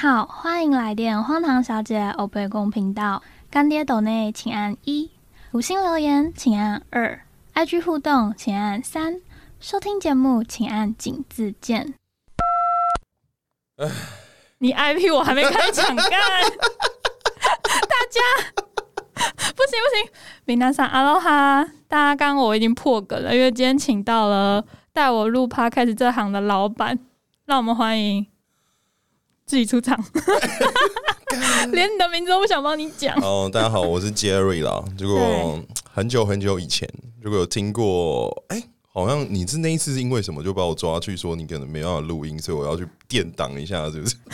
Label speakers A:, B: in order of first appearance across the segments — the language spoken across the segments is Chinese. A: 好，欢迎来电荒唐小姐欧贝公频道，干爹抖内请按一，五星留言请按二，IG 互动请按三，收听节目请按井字键。你 IP 我还没开场干，大家不行不行，米娜桑阿罗哈，大家刚刚我已经破梗了，因为今天请到了带我录 p 开始这行的老板，让我们欢迎自己出场， 连你的名字都不想帮你讲。
B: 哦，大家好，我是 Jerry 啦。如果很久很久以前，如果有听过，哎、好像你是那一次是因为什么就把我抓去说你可能没办法录音，所以我要去垫档一下，是不是？，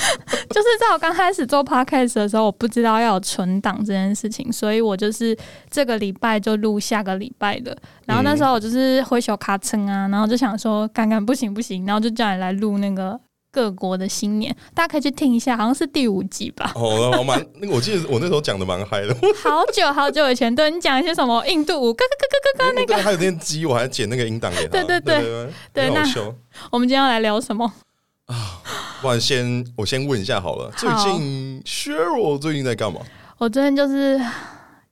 A: 就是在我刚开始做 podcast 的时候，我不知道要有存档这件事情，所以我就是这个礼拜就录下个礼拜的。然后那时候我就是挥手咔蹭啊，然后就想说，干干不行不行，然后就叫你来录那个各国的新年，大家可以去听一下，好像是第五集吧
B: 哦，我蛮那个，我记得我那时候讲的蛮嗨的，
A: 好久好久以前，对你讲一些什么印度舞，咯咯咯咯咯咯。
B: 那个还有电机，我还剪那个音档给他，
A: 对对对
B: 对
A: 对
B: 很
A: 那
B: 好笑。
A: 我们今天要来聊什么？
B: 不然先我先问一下好了，最
A: 好
B: 近 Sheryl 最近在干嘛？
A: 我最近就是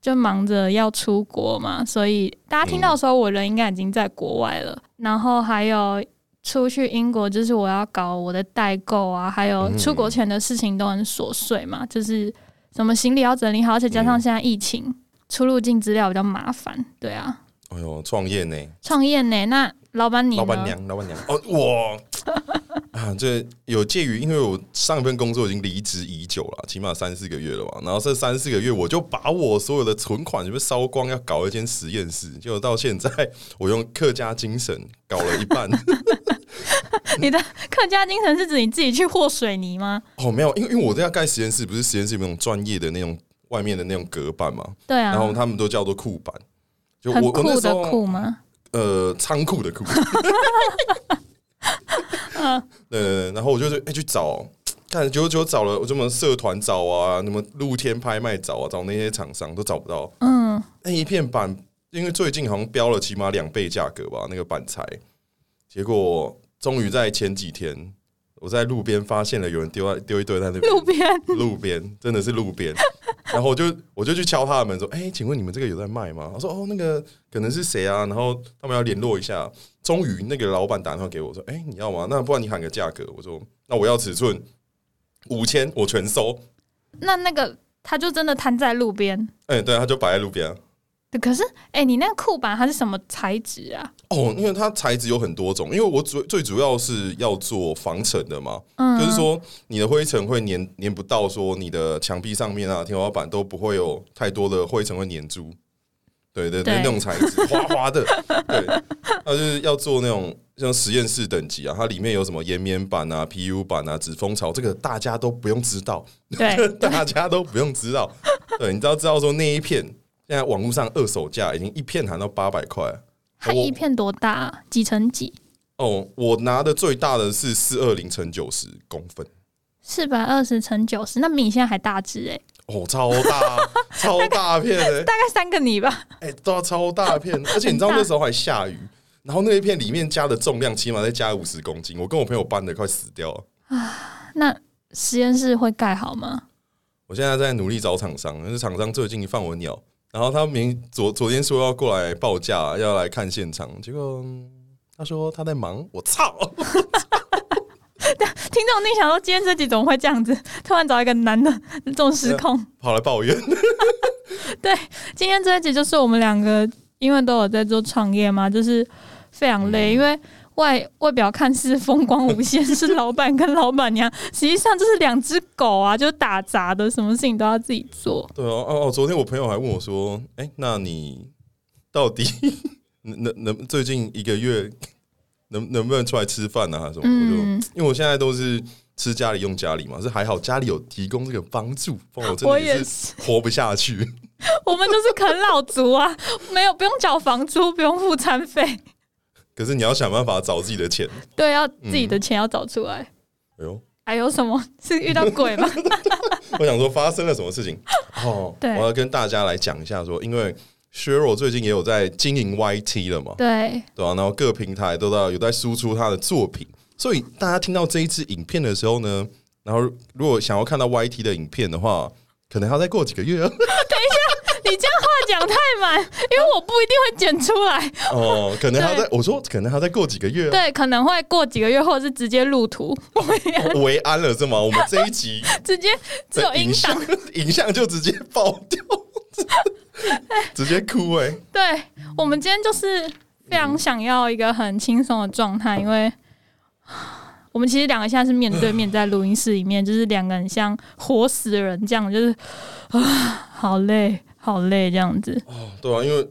A: 就忙着要出国嘛，所以大家听到
B: 嗯
A: 的时候，我人应该已经在国外了。然后还有出去英国，就是我要搞我的代购啊，还有
B: 嗯
A: 出国前的事情都很琐碎嘛，就是什么行李要整理好，而且加
B: 嗯
A: 上现在疫情，出入境资料比较麻烦。对啊，
B: 哎呦，创业呢，
A: 创业呢，那老板你呢
B: 老板娘，老板娘，哦，我 啊，这有介于，因为我上一份工作已经离职已久了，起码三四个月了吧。然后这三四个月，我就把我所有的存款全部烧光，要搞一间实验室。结果到现在，我用客家精神搞了一 半。
A: 你的客家精神是指你自己去和水泥吗？
B: 哦，没有，因为因为我在盖实验室，不是实验室有那种专业的那种外面的那种隔板嘛，
A: 对啊，
B: 然后他们都叫做库板。就
A: 很
B: 我我那
A: 酷
B: 时
A: 的
B: 候
A: 酷吗？
B: 呃仓库的库。对 对对，然后我就是哎、去找，看久久找了，我什么社团找啊，什么露天拍卖找啊，找那些厂商都找不到。
A: 嗯，
B: 那一片板，因为最近好像标了起码两倍价格吧，那个板材。结果终于在前几天，我在路边发现了有人丢在丢一堆在那边
A: 路边
B: 路边，真的是路边。然后我就我就去敲他的门说：“哎、请问你们这个有在卖吗？”他说：“哦，那个可能是谁啊？”然后他们要联络一下。终于那个老板打电话给我说：“哎、你要吗？那不然你喊个价格。”我说：“那我要尺寸五千，我全收。
A: 那那个他就真的摊在路边。
B: 哎，对，他就摆在路边啊、
A: 对可是，哎、你那个裤板它是什么材质啊？
B: 哦，因为它材质有很多种，因为我主最主要是要做防尘的嘛，
A: 嗯，
B: 就是说你的灰尘会粘粘不到，说你的墙壁上面啊、天花板都不会有太多的灰尘会粘住。对对对，
A: 对
B: 那种材质花花的，对，那就是要做那种像实验室等级啊，它里面有什么延绵板啊、PU 板啊、纸蜂巢，这个大家都不用知道，
A: 对
B: 大家都不用知道。对，你知道知道说那一片现在网络上二手价已经一片喊到八百块了，
A: 它
B: 我
A: 一片多大、啊？几乘几？
B: 哦，我拿的最大的是四二零乘九十公分，
A: 四百二十乘九十，那比你现在还大只哎、
B: 哦，超 大，超大片的、
A: 大概三个你吧。
B: 哎、都要超大 片，而且你知道那时候还下雨，然后那一片里面加的重量起码再加五十公斤，我跟我朋友搬的快死掉了。
A: 那实验室会盖好吗？
B: 我现在在努力找厂商，但是厂商最近放我鸟，然后他明昨昨天说要过来报价，要来看现场，结果、嗯他说他在忙，我操！
A: 听众一定想说，今天这集怎么会这样子？突然找一个男的，这种失控。
B: 跑来抱怨，
A: 今天这一集就是我们两个，因为都有在做创业嘛，就是非常累，因为外外表看似风光无限，是老板跟老板娘，实际上就是两只狗啊，就打杂的，什么事情都要自己做。
B: 对哦、哦哦，昨天我朋友还问我说：“哎、那你到底 能能能最近一个月 能能不能出来吃饭啊？”什么？我就
A: 嗯，
B: 因为我现在都是吃家里用家里嘛，是还好家里有提供这个帮助，不然我真
A: 我
B: 的
A: 也
B: 也是
A: 是，
B: 活不下去。
A: 我们就是啃老族啊，没有不用缴房租，不用付餐费，
B: 可是你要想办法找自己的钱。
A: 对，要自己的钱要找出来。
B: 哎呦，
A: 还有什么是遇到鬼吗？
B: 我想说发生了什么事情？哦，
A: 对
B: 我要跟大家来讲一下说，因为 Sheryl 最近也有在经营 YT 了嘛，
A: 对，
B: 对吧、啊然后各平台都在有在输出他的作品，所以大家听到这一支影片的时候呢，然后如果想要看到 YT 的影片的话，可能还要再过几个月哦。
A: 你这样话讲太满，因为我不一定会剪出来，
B: 哦，可能还要再我说，可能还要再过几个月哦。
A: 对，可能会过几个月，或者是直接录图，
B: 哦维安了是吗？我们这一 集
A: 直接只有
B: 的
A: 音
B: 影
A: 档
B: 像，影像就直接爆掉， 直接哭哎、
A: 对我们今天就是非常想要一个很轻松的状态，因为 我们其实两个现在是面对面在录音室里面，就是两个人像活死人这样，就是 啊，好累，好累这样子。
B: 哦，对啊，因为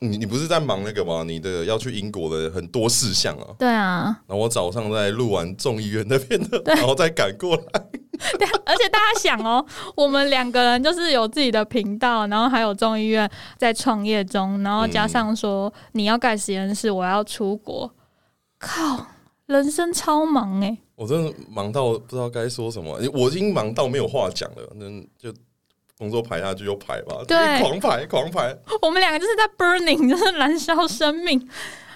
B: 你你不是在忙那个吗？你的要去英国的很多事项啊。
A: 对啊，
B: 然后我早上在录完众议院那边的，然后再赶过来。
A: 对啊而且大家想哦， 我们两个人就是有自己的频道，然后还有众议院在创业中，然后加上说你要盖实验室，我要出国，靠，人生超忙哎、
B: 我真的忙到不知道该说什么，我已经忙到没有话讲了，那就工作排下去就排吧，
A: 对
B: 狂排狂排。
A: 我们两个就是在 burning，就是燃烧生命。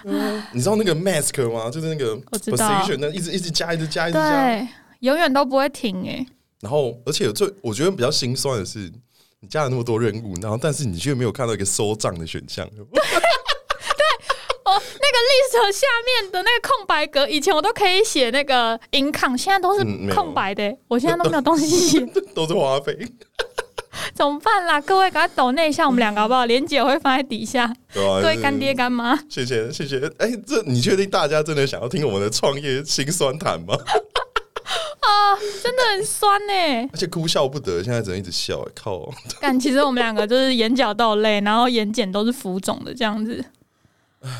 A: 嗯
B: 你知道那个 mask 吗？就是那个
A: 我知道
B: position 那一直一直加，一直加，一直加。
A: 对，永远都不会停哎、
B: 然后，而且最我觉得比较心酸的是，你加了那么多任务，然后但是你却没有看到一个收账的选项。
A: 哦，那个 list 下面的那个空白格，以前我都可以写那个 income，现在都是
B: 嗯没有
A: 空白的欸、我现在都没有东西 写，
B: 都是花费，
A: 怎么办啦？各位赶快抖那一下我们两个好不好？连姐我会放在底 下，
B: 对吧、
A: 各
B: 啊？
A: 位干爹干妈，
B: 谢谢谢谢。哎、这你确定大家真的想要听我们的创业辛酸谈吗？
A: 真的很酸呢、
B: 而且哭笑不得，现在只能一直笑、哎靠！
A: 但其实我们两个就是眼角都有泪，然后眼睑都是浮肿的这样子。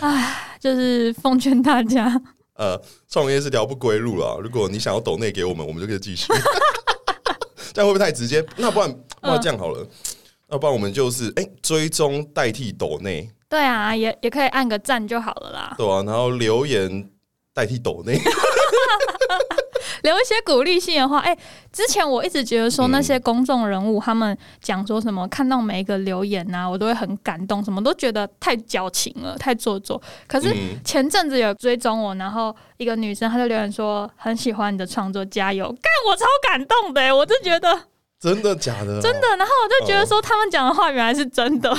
A: 唉，就是奉劝大 家，
B: 呃，创业是条不归路了。啊如果你想要抖内给我们，我们就可以 继续。这样会不会太直接？那不然，那这样好了，要不然我们就是哎、追踪代替抖内，
A: 对啊，也也可以按个赞就好了啦。
B: 对啊，然后留言代替抖内，
A: 啊留一些鼓励性的话，哎、之前我一直觉得说
B: 嗯
A: 那些公众人物，他们讲说什么看到每一个留言呐、我都会很感动，什么都觉得太矫情了，太做作。可是
B: 嗯
A: 前阵子有追踪我，然后一个女生她就留言说很喜欢你的创作，加油！干我超感动的、哎我就觉得
B: 真的假的？啊
A: 真的，然后我就觉得说他们讲的话原来是真的，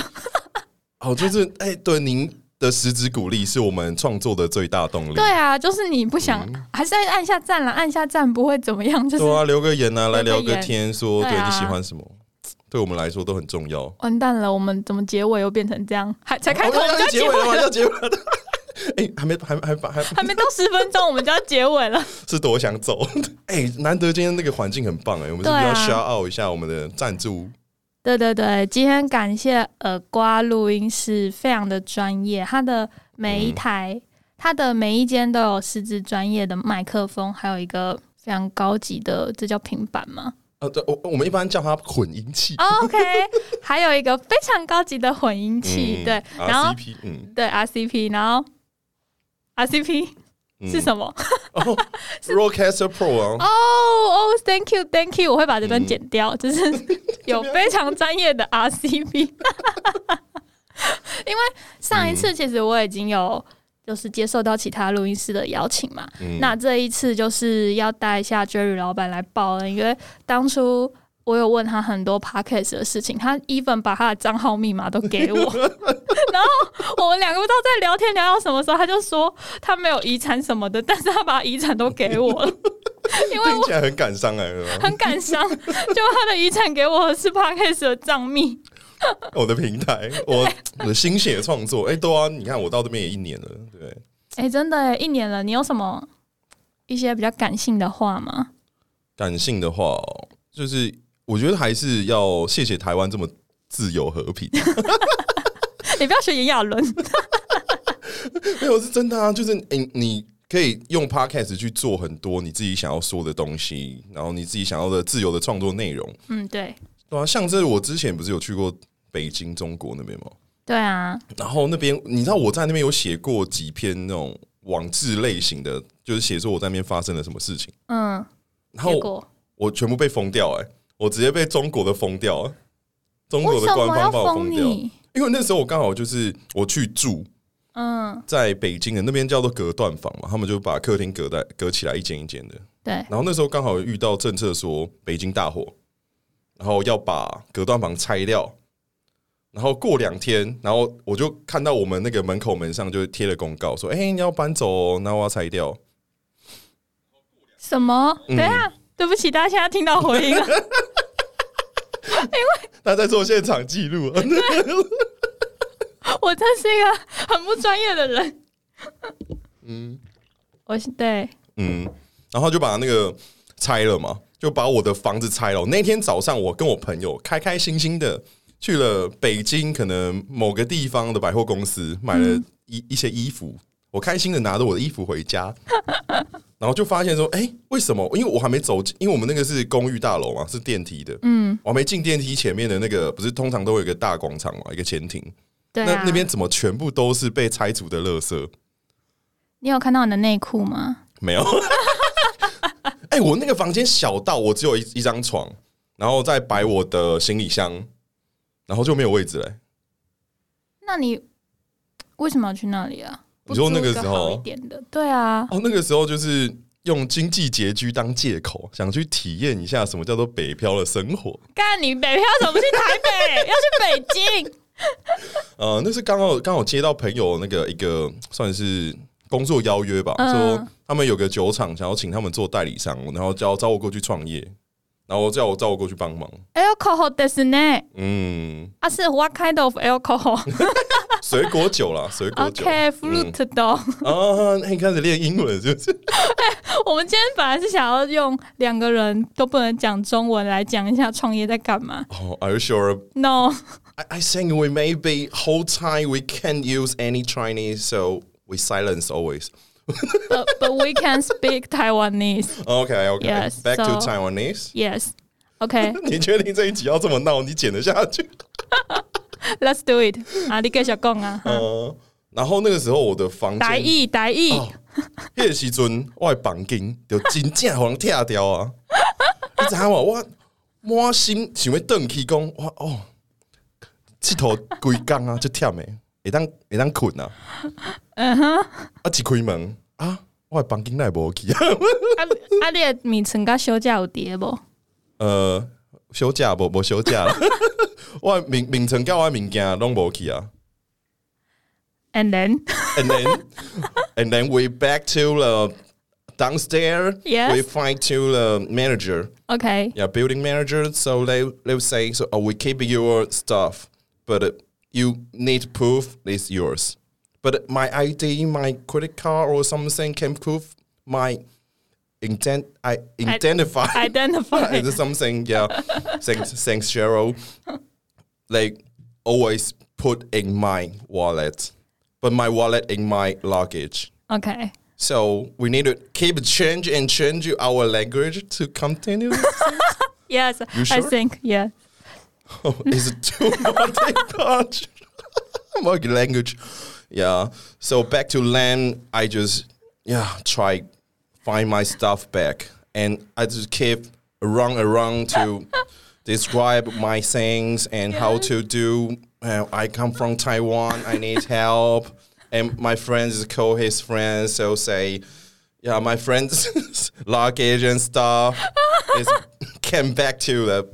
B: 哦，就是哎、对您的实质鼓励是我们创作的最大动力。
A: 对啊，就是你不想、还是按下赞了，按下赞不会怎么样，就是
B: 嗯对啊，留个言啊，来聊
A: 留个
B: 个
A: 言
B: 天，说
A: 对
B: 对
A: 啊
B: 你喜欢什么，对我们来说都很重要。
A: 完蛋了，我们怎么结尾又变成这样？还才开头
B: 哦
A: 我们就
B: 要
A: 要
B: 结
A: 结
B: 尾
A: 尾
B: 了吗？
A: 了。
B: 要结尾了。 哎、还没，还还还
A: 还没到十分钟，我们就要结尾了。
B: 是多想 走。哎、难得今天那个环境很棒哎、我们是不是
A: 对啊
B: 要 shout out 一下我们的赞助？
A: 对对对，今天感谢耳瓜录音室，非常的专业，它的每一台、它的每一间都有师资专业的麦克风，还有一个非常高级的，这叫平板 吗、
B: 呃，对，我我们一般叫它混音器。
A: o k 还有一个非常高级的混音
B: 嗯
A: 器，对，然后
B: RCP，嗯，
A: 对 RCP，然后 RCP 是
B: 么
A: 什么？
B: ？Rodecaster 嗯 Pro 啊，
A: 哦哦，Thank you，Thank you，我会把这段
B: 嗯
A: 剪掉，就是 有非常专业的 RCP。因 为上一
B: 嗯
A: 次其实我已经有就是接受到其他录音师的邀请嘛，
B: 嗯
A: 那这一次就是要带一下 Jerry 老板来报恩，因为当初。我有问他很多 podcast 的事情，他 even 把他的账号密码都给 我，然后我们两个不知道在聊天聊到什么时候，他就说他没有遗产什么的，但是他把遗产都给我了，因为
B: 听起来很感伤哎、
A: 很感伤，就他的遗产给我是 Parkes 的账密，
B: 我的平台，我我的心血创作，哎、对啊，你看我到这边也一年了，对，
A: 哎、真的耶一年了，你有什么一些比较感性的话吗？
B: 感性的话哦，就是我觉得还是要谢谢台湾这么自由和平。
A: 你不要学炎亚纶，
B: 没有是真的啊，就是你你可以用 podcast 去做很多你自己想要说的东西，然后你自己想要的自由的创作内容，
A: 嗯，对，
B: 对啊，像这我之前不是有去过北京中国那边吗？
A: 对啊，
B: 然后那边你知道我在那边有写过几篇那种网志类型的，就是写说我在那边发生了什么事情，
A: 嗯，
B: 然
A: 结
B: 后
A: 果
B: 我全部被封掉、哎，我直接被中国的封掉、哎中国
A: 为
B: 的
A: 什
B: 官
A: 么要
B: 方把我
A: 封
B: 封掉，
A: 你？
B: 因为那时候我刚好就是我去住，
A: 嗯，
B: 在北京的那边叫做隔断房嘛，他们就把客厅隔在隔起来一间一间的，
A: 对，
B: 然后那时候刚好遇到政策说北京大火，然后要把隔断房拆掉，然后过两天，然后我就看到我们那个门口门上就贴了公告说，哎、你要搬走、哦，那我要拆掉。
A: 什么？
B: 嗯
A: 等一下，对不起，大家现在听到回 音了。啊
B: 他在做现场记录，
A: 我真是一个很不专业的人。
B: 嗯
A: 我是对，
B: 嗯，然后就把那个拆了嘛，就把我的房子拆了。那天早上，我跟我朋友开开心心的去了北京，可能某个地方的百货公司买
A: 嗯
B: 了一、一些衣服，我开心的拿着我的衣服回家， 然后就发现说，哎、为什么？因为我还没走进，因为我们那个是公寓大楼嘛，是电梯的，
A: 嗯，
B: 我还没进电梯前面的那个，不是通常都有一个大广场嘛，一个前庭，
A: 对
B: 那
A: 啊。
B: 那边怎么全部都是被拆除的垃圾？
A: 你有看到你的内裤吗？
B: 没有。 哎、我那个房间小到我只有一一张床，然后再摆我的行李箱，然后就没有位置嘞、
A: 那你为什么要去那里啊？
B: 你说那
A: 不租
B: 个
A: 一个
B: 时候
A: 好一点的，对啊，
B: 哦，那个时候就是用经济拮据当借口，想去体验一下什么叫做北漂的生活。
A: 干你北漂怎么不去台北，要去北 京？
B: 呃，那是刚好刚好接到朋友那个一个算是工作邀约吧，
A: 嗯
B: 说他们有个酒厂想要请他们做代理商，然后叫招我过去创业，然后叫我招我过去帮忙。
A: alcohol ですね。
B: 嗯，
A: 啊，是 what kind of alcohol？
B: 水果酒啦，水果酒。
A: OK，fruit、dog。
B: 啊，Uh, 那你开始练英文是不 是？
A: 我们今天本来是想要用两个人都不能讲中文来讲一下创业在干嘛。
B: 哦、a r e you sure?
A: No，
B: I, I think we maybe whole time we can't use any Chinese, so we silence always.
A: but but we can speak Taiwanese.
B: Okay, okay.
A: Yes,
B: Back to
A: so-
B: Taiwanese.
A: Yes. OK,
B: 你确定这一集要这么闹？你剪得下去？
A: let's do it. 啊，你继续讲啊。哈
B: 呃，然后那个时候我的房
A: 台
B: 间，
A: 语，台语，
B: 哦迄个时阵我的房间就真正互人拆掉啊！ 你知影无？我满心想要转去讲，我哦，佚佗规工啊，就忝诶，会当会当困啊。
A: 嗯哼，啊
B: 啊，一开门啊，我的房间内无去啊。
A: 啊，你的名称甲休假有叠无？
B: 呃，休假无无休假啦， 我的名名称甲我的物件拢无去啊。
A: And then
B: And then and then we back to the downstairs.
A: Yes.
B: We find to the manager.
A: OK，
B: Yeah, building manager. So they they would say so oh, we keep your stuff, but uh, you need proof it's yours. But my ID, my credit card or something can prove my intent I identify
A: identify
B: It's something, yeah. thanks, thanks, Cheryl. Like always, put in my wallet, but my wallet in my luggage.
A: OK。
B: So we need to keep change and change our language to continue.
A: Yes,
B: You
A: I
B: sure?
A: think. Yeah.
B: oh, is it too much? my language, yeah. So back to land, I just yeah try find my stuff back, and I just keep around around to describe my things and how to do. Uh, I come from Taiwan. I need help, and my friends call his friends. So say, yeah, my friends' luggage and stuff is came back to the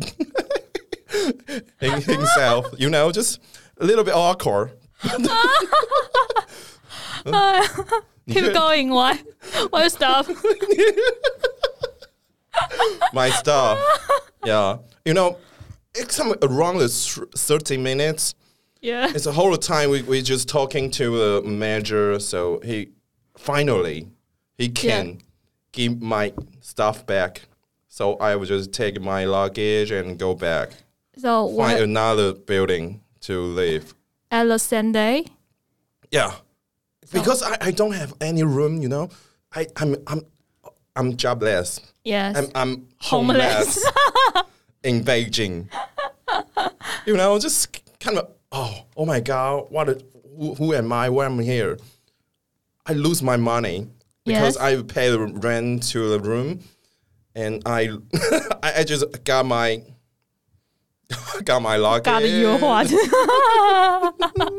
B: him- himself. You know, just a little bit awkward.
A: Keep going. Why? Why stop?
B: my stuff. Yeah, you know, it's some- around the thr- thirty minutes.
A: Yeah.
B: It's a whole time we we just talking to the manager, so he finally he can give my stuff back. So I would just take my luggage and go back,
A: So
B: find
A: what?
B: another building to live.
A: Alexander.
B: Yeah, because I, I don't have any room. You know, I I'm I'm I'm jobless.
A: Yes.
B: I'm, I'm
A: Homeless.
B: homeless, in Beijing. you know, just kind of oh, oh my god, what? A, who, who am I? Why am I here? I lose my money because
A: Yes.
B: I pay the rent to the room, and I I, I just got my got my luggage,
A: Got your what?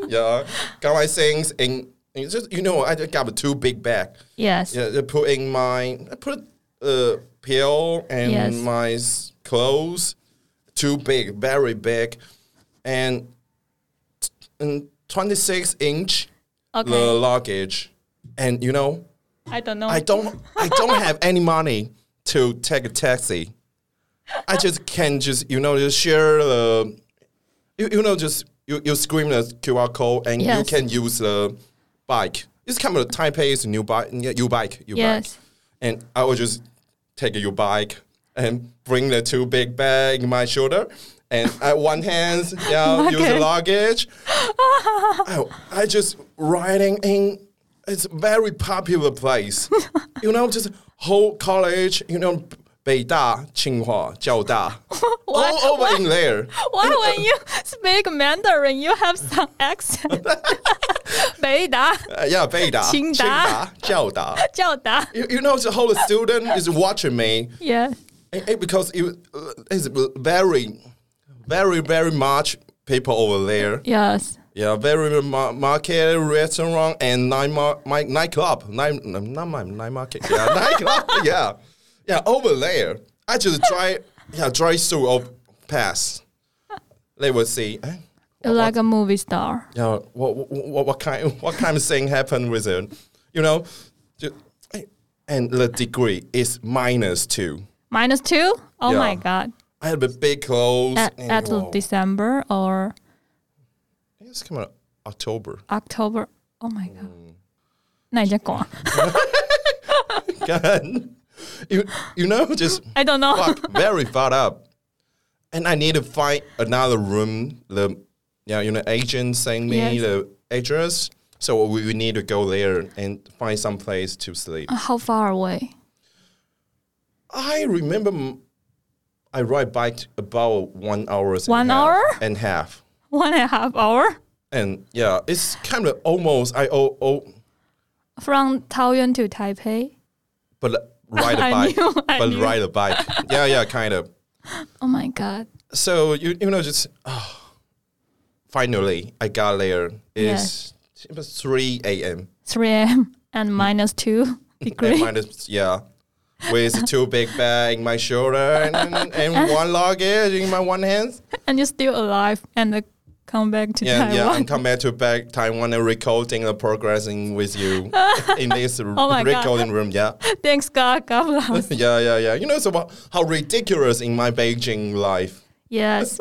B: yeah, got my things, and, and just you know, I just got a two big bag.
A: yes.
B: Yeah, they put in my I put uh, pill and
A: Yes.
B: my s- clothes too big, very big, and and twenty six inch
A: Okay.
B: the luggage, and you know
A: I don't know.
B: I don't I don't have any money to take a taxi. I just can just you know just share the you, you know just you, you scream the QR code and you
A: Yes.
B: can use the bike. It's kind of Taipei's new bike you bike you
A: Yes.
B: bike. And I will just take your bike and bring the two big bag in my shoulder and I one hand yeah use the
A: Okay.
B: luggage. I, I just riding in it's very popular place. you know, just whole college, you know, Beida, Tsinghua, Jiaoda. all over in there.
A: Why when you speak Mandarin, you have some accent? 北达
B: Uh, yeah, Beida,
A: Tsingda.
B: Jiaoda.
A: 叫达
B: You, you know, the whole student is watching me
A: ，Yeah，
B: eh, eh, because it, it's very, very, very much people over there.
A: Yes.
B: Yeah, very ma- market, restaurant, and night mar- my nightclub. Night, no, not my night market. Yeah, nightclub. Yeah, yeah. Over there, I just drive. Yeah, drive through or pass. They will see. eh,
A: You're like a movie star.
B: yeah, what, what what what kind what kind of thing happened with it? You know, ju- eh, and the degree is minus two.
A: Minus two? Oh
B: Yeah.
A: my god.
B: I have a big clothes.
A: At,
B: and-
A: at
B: oh,
A: December or
B: It's coming out October.
A: October. Oh my god.
B: Hmm.
A: 那已经过了
B: God, you you know just.
A: I don't know.
B: fuck, very fucked up. And I need to find another room. The yeah, you know, agent sent me
A: Yes.
B: the address, so we, we need to go there and find some place to sleep.
A: Uh, How far away?
B: I remember m- I ride bike about one hour, and
A: One
B: half-
A: hour?
B: and half,
A: One and a half hour
B: and yeah, it's kind of almost I oh oh,
A: from Taoyuan to Taipei.
B: but uh, ride a
A: I
B: bike,
A: knew, I
B: but
A: knew.
B: ride a bike, yeah, yeah, kind of.
A: Oh my god.
B: so you you know just ah, finally I got there. It's it was three a.m.
A: 3 a.m. and minus two
B: and
A: degree.
B: minus yeah, with two big bag in my shoulder and, and, and one luggage in my one hand.
A: and you're still alive and uh, come back to
B: Yeah, yeah.
A: Taiwan.
B: And come back to back Taiwan and recording the progressing with you in this
A: Oh my God.
B: recording room. Yeah,
A: Thanks God. God bless.
B: yeah, yeah, yeah. You know, so about how ridiculous in my Beijing life.
A: yes.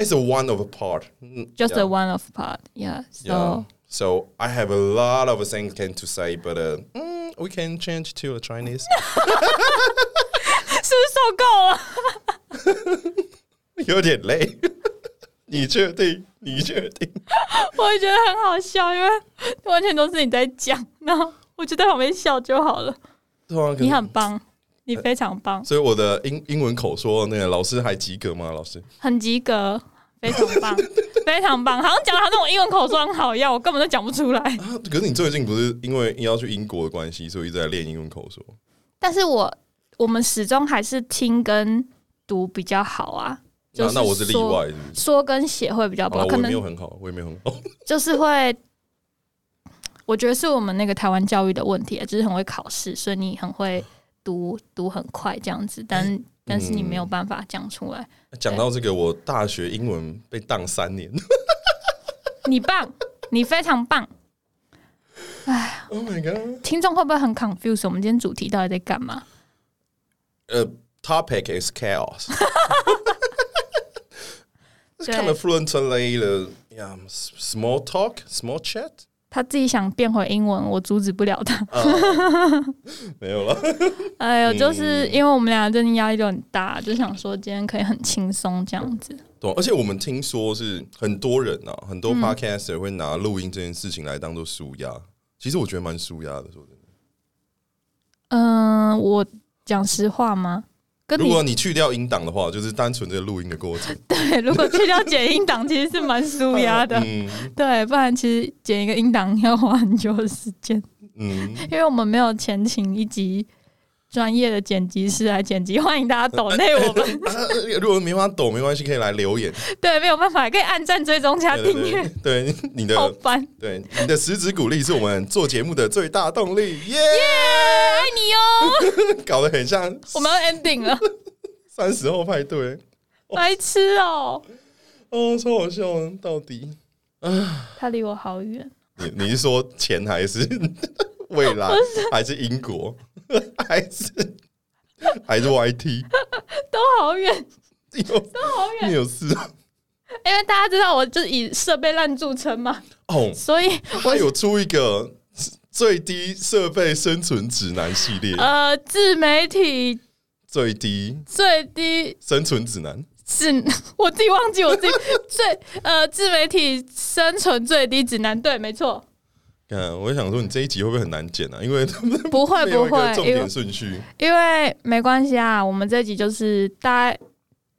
B: It's a one of a part. Mm,
A: Just
B: yeah.
A: a one off part. Yeah. So
B: Yeah. So I have a lot of things can to say, but uh, mm, we can change to a Chinese.
A: 是不是受够了？
B: 有点累， 你确定？你确定？
A: 我也觉得很好笑，因为完全都是你在讲，然后我就在旁边笑就好了。
B: 对啊，可
A: 你
B: 是
A: 很棒，你非常棒，
B: 所以我的英英文口说那个老师还及格吗？老师，
A: 很及格，非常 棒，非常棒。好像讲他那种英文口说很好一样，我根本就讲不出来。
B: 啊可是你最近不是因为要去英国的关系，所以一直在练英文口说？
A: 但是我我们始终还是听跟读比较好啊。就
B: 那那我是例
A: 说
B: 外，是不是？
A: 说跟写会比较
B: 好
A: 不
B: 了，
A: 好，
B: 哦我
A: 可
B: 也没有
A: 能
B: 很好，我也没有很好。
A: 就是会，我觉得是我们那个台湾教育的问题，啊就是很会考试，所以你很会读读很快这样子，
B: 嗯
A: 但但是你没有办法讲出来。
B: 讲到这个，我大学英文被当三年。
A: 你棒，你非常棒。
B: Oh my god！
A: 听众会不会很 confused？我们今天主题到底在干嘛？
B: 呃、t o p i c is chaos 。
A: 对
B: kind of fluently the yeah s- small talk, small chat
A: 他自己想变回英文，我阻止不了他。
B: 没 有了。
A: 哎呦，就是因为我们俩最近压力都很大，就想说今天可以很轻松这样子。
B: 对，啊而且我们听说是很多人啊，很
A: 嗯
B: 多 podcaster 会拿录音这件事情来当做舒压。其实我觉得蛮舒压的，说真的。
A: 嗯、我讲实话吗？跟
B: 如
A: 你
B: 果你去掉音档的话，就是单纯这个录音的过程。
A: 对，如果去掉剪音档，其实是蛮舒压的。
B: 嗯
A: 对，啊不然其实剪一个音档要花很久的时间，
B: 嗯，
A: 因为我们没有前情一集专业的剪辑师来剪辑，欢迎大家抖内我 们。
B: 啊如果没办法抖没关系，可以来留言。
A: 对，没有办法，也可以按赞、追踪、加
B: 对
A: 订
B: 对
A: 阅，
B: 对，对你
A: 好
B: 的
A: 烦。
B: 对你的实质鼓励是我们做节目的最大动力，耶、
A: 耶，爱你哦！
B: 搞得很像
A: 我们要 ending 了，
B: 三十后派对，
A: 白痴哦！
B: 哦，超好笑的，到底
A: 他离我好远，
B: 你你是说钱还是 未来，还是英国，还是还是 YT？
A: 都好远，
B: 你有
A: 都好远。
B: 你有事啊
A: 因为大家知道我就是以设备烂著称嘛，
B: 哦？
A: 所以
B: 他有出一个最低设备生存指南系列，
A: 呃，自媒体
B: 最低
A: 最低
B: 生存指南。
A: 指， 我自己忘记我 自己最呃自媒体生存最低指南，对，没 错，
B: 嗯，我想说你这一集会不会很难剪啊？因为他们
A: 不会
B: 没
A: 不
B: 有一
A: 会
B: 个，重
A: 因为
B: 点顺序。
A: 因为没关系啊，我们这集就是大家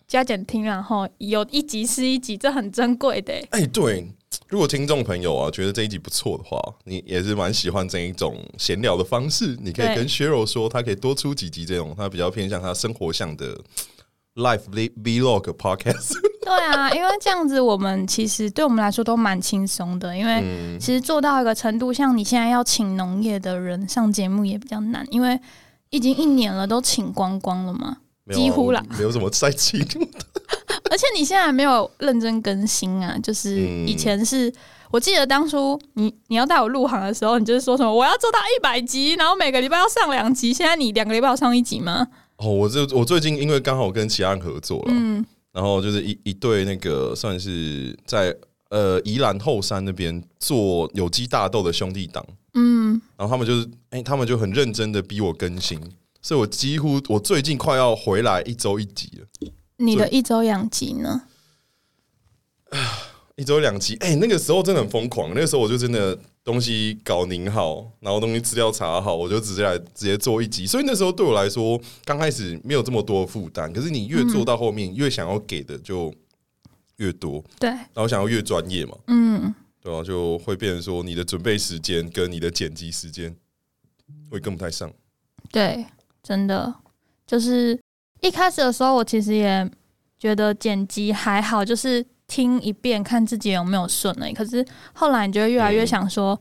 A: 加减听，然后有一集是一集，这很珍贵的欸、
B: 哎、对，如果听众朋友啊觉得这一集不错的话，你也是蛮喜欢这一种闲聊的方式，你可以
A: 对
B: 跟薛柔说，他可以多出几集这种，他比较偏向他生活向的 life vlog podcast。
A: 对啊，因为这样子，我们其实对我们来说都蛮轻松的，因为
B: 嗯，
A: 其实做到一个程度，像你现在要请农业的人上节目也比较难，因为已经一年了，都请光光了嘛。
B: 没有啊
A: 几乎啦，
B: 我没有什么在记录。
A: 而且你现在还没有认真更新啊，就是
B: 嗯
A: 以前是、我记得当初你你要带我入行的时候，你就是说什么我要做到一百集，然后每个礼拜要上两集。现在你两个礼拜要上一集吗？
B: 哦，我这我最近因为刚好跟其他人合作了，
A: 嗯，
B: 然后就是一一对那个算是在呃宜兰后山那边做有机大豆的兄弟党，
A: 嗯，
B: 然后他们就是哎、他们就很认真的逼我更新，所以我几乎我最近快要回来一周一集了，
A: 你的一周养集呢？
B: 一周两集，哎、那个时候真的很疯狂，那个时候我就真的东西搞拧好，然后东西资料查好，我就直接来直接做一集，所以那时候对我来说刚开始没有这么多负担，可是你越做到后面、越想要给的就越多，
A: 对，
B: 然后想要越专业嘛。
A: 嗯，
B: 对啊，就会变成说你的准备时间跟你的剪辑时间会跟不太上。
A: 对，真的就是一开始的时候，我其实也觉得剪辑还好，就是听一遍看自己有没有顺而已。可是后来你就会越来越
B: 嗯
A: 想说，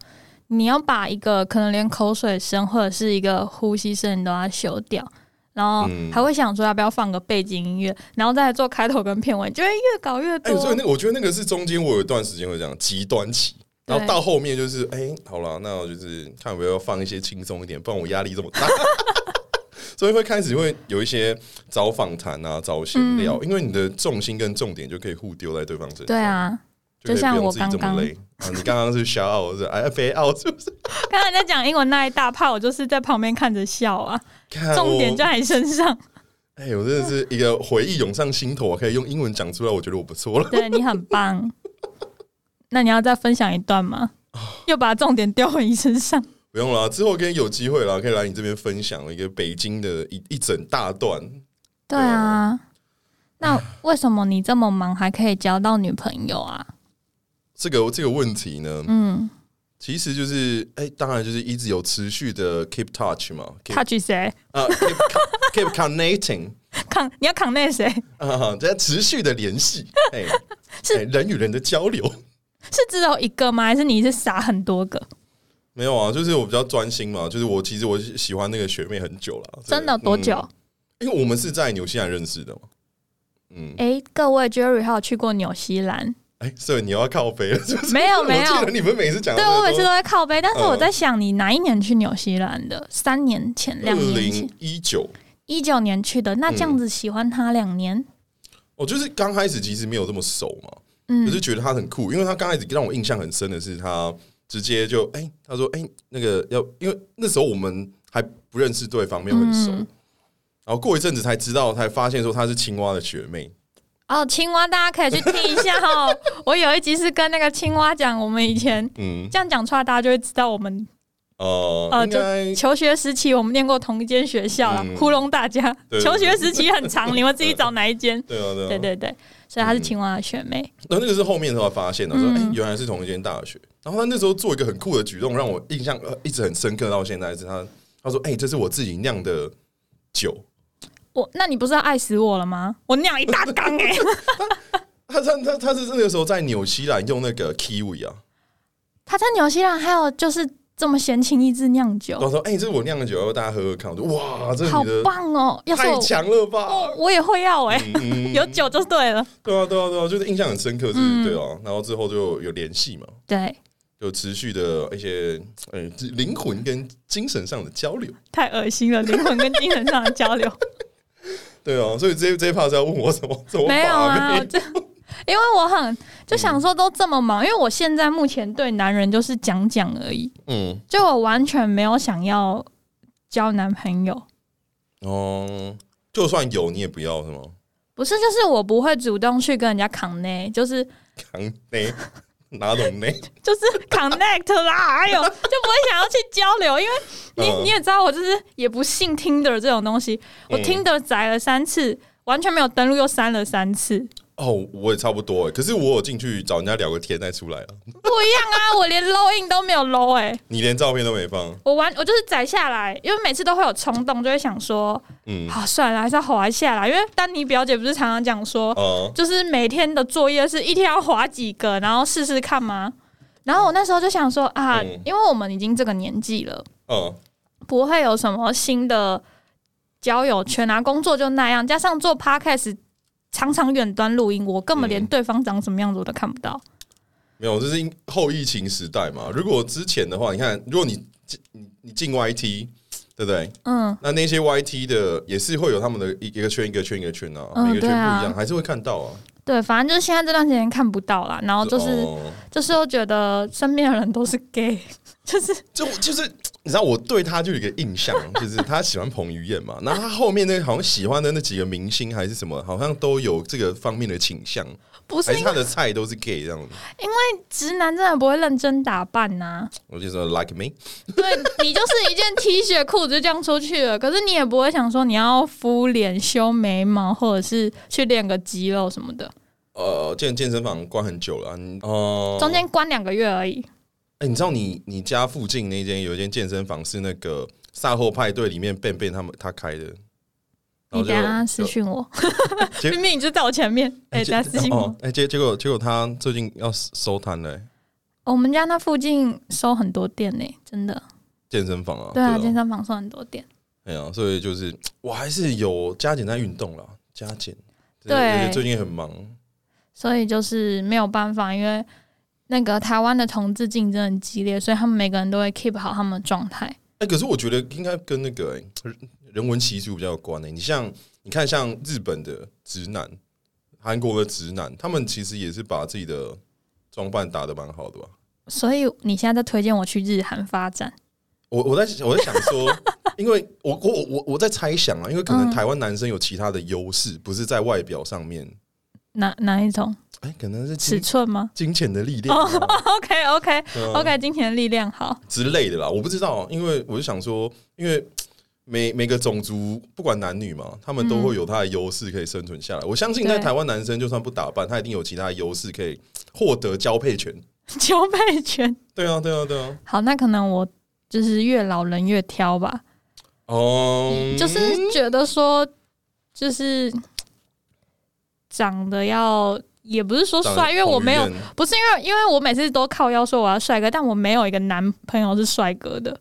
A: 你要把一个可能连口水声或者是一个呼吸声你都要修掉。然后
B: 嗯
A: 还会想说要不要放个背景音乐，然后再来做开头跟片尾，就会越搞越
B: 哎、
A: 多。
B: 所以那个我觉得那个是中间我有一段时间会这样极端期，
A: 对
B: 然后到后面就是哎、好了，那我就是看有没有要放一些轻松一点，不然我压力这么大。 所以会开始会有一些找访谈啊，找闲聊，因为你的重心跟重点就可以互丢在对方身
A: 嗯
B: 上。
A: 对，啊，
B: 就可以
A: 就像
B: 不
A: 我
B: 用自己这
A: 刚刚
B: 么累。啊、你刚刚是 shout out 是不是哎非 out 是不是？
A: 刚才在讲英文那一大趴，我就是在旁边看着笑啊，
B: 看
A: 重点
B: 哎我
A: 在你身上。
B: 哎、我真的是一个回忆涌上心头，可以用英文讲出来，我觉得我不错了。
A: 对你很棒。那你要再分享一段吗？又把重点丢回你身上。
B: 不用啦，之后跟你有机会啦，可以来你这边分享一个北京的一一整大段。
A: 对啊，那为什么你这么忙还可以交到女朋友啊？
B: 这个这个问题呢，
A: 嗯
B: 其实就是哎、当然就是一直有持续的 keep touch 嘛，keep
A: ，touch 谁？
B: 啊、keep keep connecting
A: 扛你要扛那谁？
B: 啊、在持续的联系，哎、
A: 是
B: 哎人与人的交流。
A: 是只有一个吗？还是你是傻很多个？
B: 没有啊，就是我比较专心嘛，就是我其实我喜欢那个学妹很久了，
A: 真的多久？
B: 嗯？因为我们是在纽西兰认识的嘛，嗯，
A: 诶，各位 Jerry 还有去过纽西兰？
B: 哎、所以你又要靠背了， 是不是？
A: 没有没
B: 我记
A: 有
B: 得，你们每次讲到
A: 对
B: 这个
A: 我每次都
B: 都
A: 在靠背，但是我
B: 嗯
A: 在想你哪一年去纽西兰的？三年前，两
B: 二
A: 年前
B: 零，一九。
A: 一九年去的。那这样子喜欢他两年？
B: 我哦就是刚开始其实没有这么熟嘛，
A: 嗯
B: 可是觉得他很酷，因为他刚开始让我印象很深的是他直接就哎、他说哎、那个要，因为那时候我们还不认识对方，没有很熟，
A: 嗯
B: 然后过一阵子才知道，才发现说她是青蛙的学妹，
A: 哦，青蛙大家可以去听一下哦。我有一集是跟那个青蛙讲，我们以前
B: 嗯，
A: 这样讲出来，大家就会知道我们
B: 呃，
A: 呃
B: 应该
A: 求学时期我们念过同一间学校啦，
B: 嗯
A: 糊弄大家。
B: 对对对
A: 求学时期很 长，你们自己找哪一间？
B: 对啊对啊，
A: 对对对，所以她是青蛙的学妹。
B: 然后那个是后面才发现的，说哎、
A: 嗯
B: 原来是同一间大学。然后他那时候做一个很酷的举动，让我印象呃一直很深刻到现在是他他说哎、这是我自己酿的酒。
A: 我那你不是要爱死我了吗？我酿一大缸哎、
B: 他他他他是那个时候在纽西兰用那个 kiwi 啊，
A: 他在纽西兰还有就是这么闲情逸致酿酒
B: 然，后说：“哎、这是我酿的酒，要不要大家喝喝看。”我就哇，这是
A: 好
B: 你的
A: 棒哦！要是
B: 太
A: 我
B: 强了吧
A: 哦！我也会要哎、
B: 嗯 嗯
A: 有酒就对了。
B: 对啊，对啊，对啊，就是印象很深刻，是、
A: 嗯
B: 对啊。然后之后就有联系嘛，
A: 对，
B: 有持续的一些呃灵魂跟精神上的交流。
A: 太恶心了，灵魂跟精神上的交流
B: 对啊，所以这这一 part 是要问我怎么 怎么
A: 没有
B: 把
A: 啊。
B: 妹
A: 我这因为我很就想说都这么忙，因为我现在目前对男人就是讲讲而已，
B: 嗯，
A: 就我完全没有想要交男朋友。
B: 哦、就算有你也不要是吗？
A: 不是，就是我不会主动去跟人家 connect，就是
B: 扛 内哪种内？
A: 就是 connect 啦， 哎呦，就不会想要去交流，因为你
B: 嗯
A: 你也知道，我就是也不信 Tinder 这种东西，我
B: 嗯
A: Tinder 载了三次，完全没有登录，又删了三次，
B: 哦，我也差不多欸。可是我有进去找人家聊个天再出来了，
A: 不一样啊，我连 low in 都没有 low 哎、
B: 你连照片都没放。
A: 我完我就是载下来，因为每次都会有冲动，就会想说，
B: 嗯，
A: 好、算了，还是要滑一下啦，因为丹尼表姐不是常常讲说，
B: 哦、
A: 就是每天的作业是一天要划几个，然后试试看吗？然后我那时候就想说啊，
B: 嗯
A: 因为我们已经这个年纪了，
B: 哦、
A: 不会有什么新的交友圈啊，工作就那样，加上做 podcast 常常远端录音，我根本连
B: 嗯
A: 对方长什么样子我都看不到。
B: 没有，这是因后疫情时代嘛。如果之前的话，你看，如果你进你你进 YT，对不对？
A: 嗯，
B: 那那些 YT 的也是会有他们的一一个圈一个圈一个圈啊，
A: 嗯
B: 每个圈
A: 对
B: 不
A: 啊
B: 一样，还是会看到啊。
A: 对，反正就是现在这段时间看不到啦，然后就是、
B: 哦
A: 就是又觉得身边的人都是 gay，就是
B: 就就是你知道，我对他就有一个印象，就是他喜欢彭于晏嘛，然后他后面那个好像喜欢的那几个明星还是什么，好像都有这个方面的倾向，
A: 不是
B: 还是他的菜都是 gay 这样子。
A: 直男真的不会认真打扮呐、
B: 我就说 like me，
A: 对你就是一件 T 恤裤子就这样出去了，可是你也不会想说你要敷脸、修眉毛，或者是去练个肌肉什么的，
B: 呃，健健身房关很久了，嗯哦、
A: 中间关两个月而已。
B: 哎、你知道你你家附近那间有一间健身房是那个赛后派对里面便便他们他开的，然
A: 你
B: 后就
A: 等一下私讯我，
B: 结
A: 明明哦你就在我前面，哎、
B: 结
A: 等一下私信我。
B: 哦，哎、结结果结果他最近要收摊了、
A: 哦我们家那附近收很多店呢、真的。
B: 健身房啊，
A: 哦对啊，
B: 吧
A: 健身房收很多店。
B: 哎呀，所以就是我还是有加减在运动啦，加减。
A: 对
B: 而且最近很忙，
A: 所以就是没有办法，因为那个台湾的同志竞争很激烈，所以他们每个人都会 keep 好他们的状态。
B: 哎、可是我觉得应该跟那个、哎人文习俗比较有关诶、你像你看，像日本的直男、韩国的直男，他们其实也是把自己的装扮打得蛮好的吧。
A: 所以你现在在推荐我去日韩发展，
B: 我我在我在想说，因为我我我我在猜想啊，因为可能
A: 嗯
B: 台湾男生有其他的优势，不是在外表上面，
A: 哪哪一种
B: 哎、可能是
A: 尺
B: 金
A: 寸吗
B: 金钱的力量啊、
A: ？OK OK
B: 对啊
A: 哦 OK，金钱的力量好，
B: 之类的啦，我不知道，因为我就想说，因为每每个种族不管男女嘛，他们都会有他的优势可以生存下来。我相信在
A: 嗯对
B: 台湾男生就算不打扮，他一定有其他的优势可以获得交配权。
A: 交配权
B: 对啊，对啊，对啊。
A: 好，那可能我就是越老人越挑吧，
B: 哦、
A: 就是觉得说，就是长得要也不是说
B: 长得
A: 帅，因为我没有
B: 彭于晏
A: 不是因为，因为我每次都靠腰说我要帅哥，但我没有一个男朋友是帅哥的。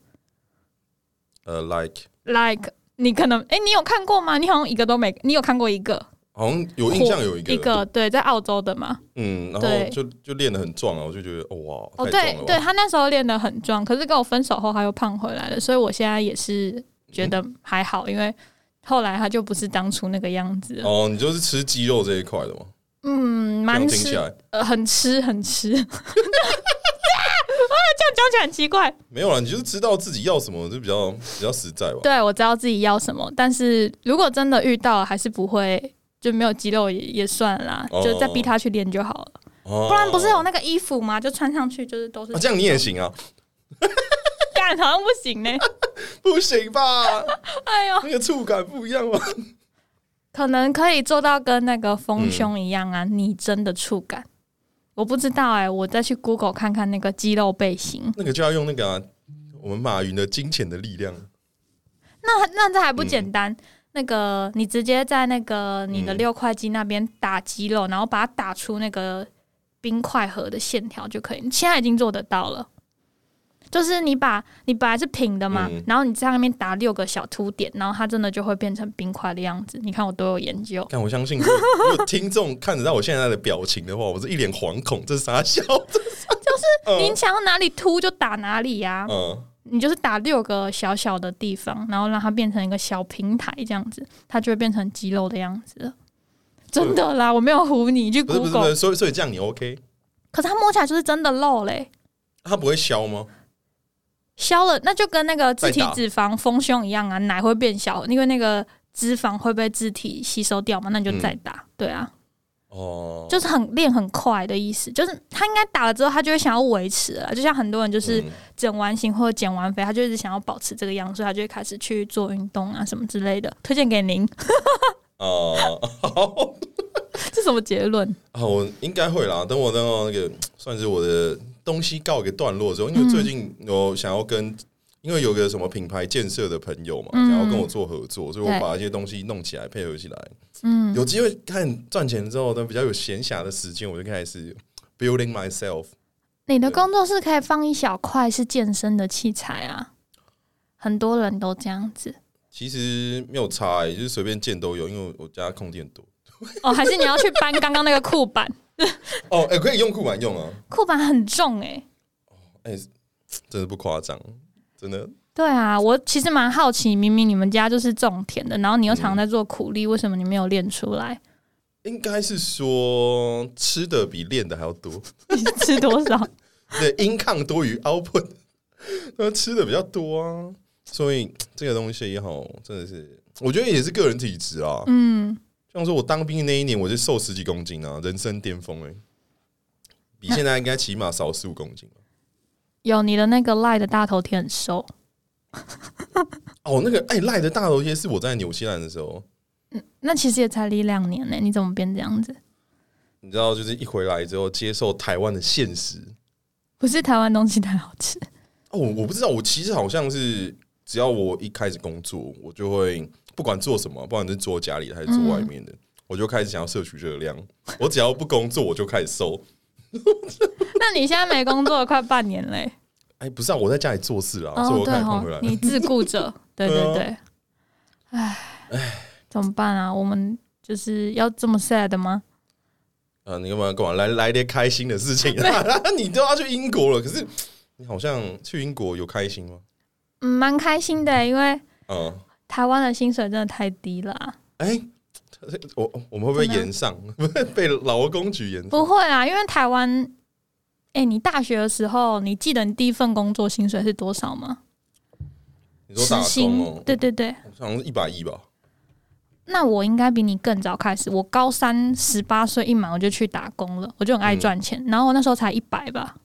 B: 呃，like
A: Like 你可能，哎、你有看过吗？你好像一个都没，你有看过一个，
B: 好像有印象有一个
A: 一个对，在澳洲的嘛。
B: 嗯，然
A: 对
B: 后就就练得很壮啊，我就觉得哦哇，
A: 哦，对
B: 太壮了吧
A: 对，他那时候练得很壮，可是跟我分手后他又胖回来了，所以我现在也是觉得还好，因为后来他就不是当初那个样子了。
B: 哦，你就是吃鸡肉这一块的嘛，
A: 嗯，
B: 这样
A: 蛮
B: 听起
A: 吃，
B: 来
A: 呃，很吃，很吃。 啊，这样讲起来很奇怪。
B: 没有啦，你就是知道自己要什么，就比较比较实在吧。
A: 对，我知道自己要什么，但是如果真的遇到，还是不会，就没有肌肉也也算啦，
B: 哦
A: 就再逼他去练就好了。
B: 哦
A: 不然不是有那个衣服吗？就穿上去就是都是
B: 啊，这样你也行啊？
A: 干，好像不行 呢。
B: 不行吧？
A: 哎呦，
B: 那个触感不一样吧？啊
A: 可能可以做到跟那个丰胸一样啊，拟真的触感。我不知道哎、我再去 Google 看看那个肌肉背 心。
B: 那个就要用那个啊、我们马云的金钱的力量。
A: 那那这还不简单？那个你直接在那个你的
B: 嗯
A: 六块肌那边打肌肉，然后把它打出那个冰块盒的线条就可以。你现在已经做得到了，就是你把你本来是平的嘛，
B: 嗯
A: 然后你在那边打六个小凸点，然后它真的就会变成冰块的样子。你看我都有研究，
B: 但我相信，如果如果听众看得到我现在的表情的话，我是一脸惶恐，这是啥笑？嗯
A: 你想要哪里凸就打哪里呀、
B: 嗯，
A: 你就是打六个小小的地方，然后让它变成一个小平台，这样子，它就会变成肌肉的样子了。真的啦，我没有唬你，你去
B: 不是不是不
A: Google。
B: 是，所以所以这样你 OK？
A: 可是它摸起来就是真的肉嘞，
B: 它不会消吗？
A: 消了那就跟那个自体
B: 再打
A: 脂肪丰胸一样啊，奶会变小，因为那个脂肪会被自体吸收掉嘛，那你就再打。对啊，
B: 哦，
A: 就是很练很快的意思，就是他应该打了之后，他就会想要维持了，就像很多人就是
B: 嗯
A: 整完型或者减完肥，他就一直想要保持这个样子，所以他就会开始去做运动啊什么之类的。推荐给您，
B: 哦， 好
A: 这什么结论？
B: 啊，我应该会啦。等我等我那个算是我的东西告一个段落之后，因
A: 嗯
B: 为最近我想要跟，因为有个什么品牌建设的朋友嘛，
A: 嗯
B: 想要跟我做合作，所以我
A: 对
B: 把一些东西弄起来配合起来。
A: 嗯，
B: 有机会看赚钱之后，等比较有闲暇的时间，我就开始 building myself。
A: 你的工作室可以放一小块是健身的器材啊，很多人都这样子。
B: 其实没有差、欸，就是随便建都有，因为我家空间多。
A: 哦，还是你要去搬刚刚那个裤板？
B: 哦，哎、可以用库板用啊，
A: 裤板很重诶、欸
B: 真的不夸张，真的。
A: 对啊，我其实蛮好奇，明明你们家就是种田的，然后你又常在做苦力，为什么你没有练出来？
B: 应该是说吃的比练的还要多，
A: 你是吃多少？
B: 对，income 多于 output，那吃的比较多啊，所以这个东西吼，真的是，我觉得也是个人体质啊。
A: 嗯，
B: 像说我当兵那一年，我就瘦十几公斤啊，人生巅峰哎、比现在应该起码少十五公斤吧。
A: 有你的那个赖的大头贴很瘦，
B: 哦，那个哎赖、的大头贴是我在纽西兰的时候，
A: 那其实也才离两年呢、欸你怎么变这样子？
B: 你知道，就是一回来之后接受台湾的现实。
A: 不是台湾东西太好吃，
B: 哦，我不知道，我其实好像是只要我一开始工作，我就会不管做什么，不管是做家里的还是做外
A: 嗯
B: 面的，我就开始想要摄取热量。我只要不工作，我就开始瘦。
A: 那你现在没工作快半年嘞、
B: 哎，不是啊，我在家里做事啊，所以
A: 哦，
B: 我
A: 对
B: 开始
A: 哦
B: 胖回来，了。
A: 你自顾 者，对对
B: 对啊
A: 对。唉，怎么办啊？我们就是要这么 sad 吗？
B: 啊，你干嘛干嘛来来点开心的事情啊？ 你都要去英国了，可是你好像去英国有开心吗？
A: 嗯，蛮开心的，因为
B: 嗯，
A: 台湾的薪水真的太低了啊、
B: 哎、我我们会不会延上？ 被劳工局延上？
A: 不会啊，因为台湾，哎、你大学的时候，你记得你第一份工作薪水是多少吗？
B: 你说
A: 时
B: 打工
A: 薪、
B: 哦、
A: 对对对。
B: 好像是一百一吧？
A: 那我应该比你更早开始。我高三十八岁一满我就去打工了，我就很爱赚钱。然后我那时候才一百吧，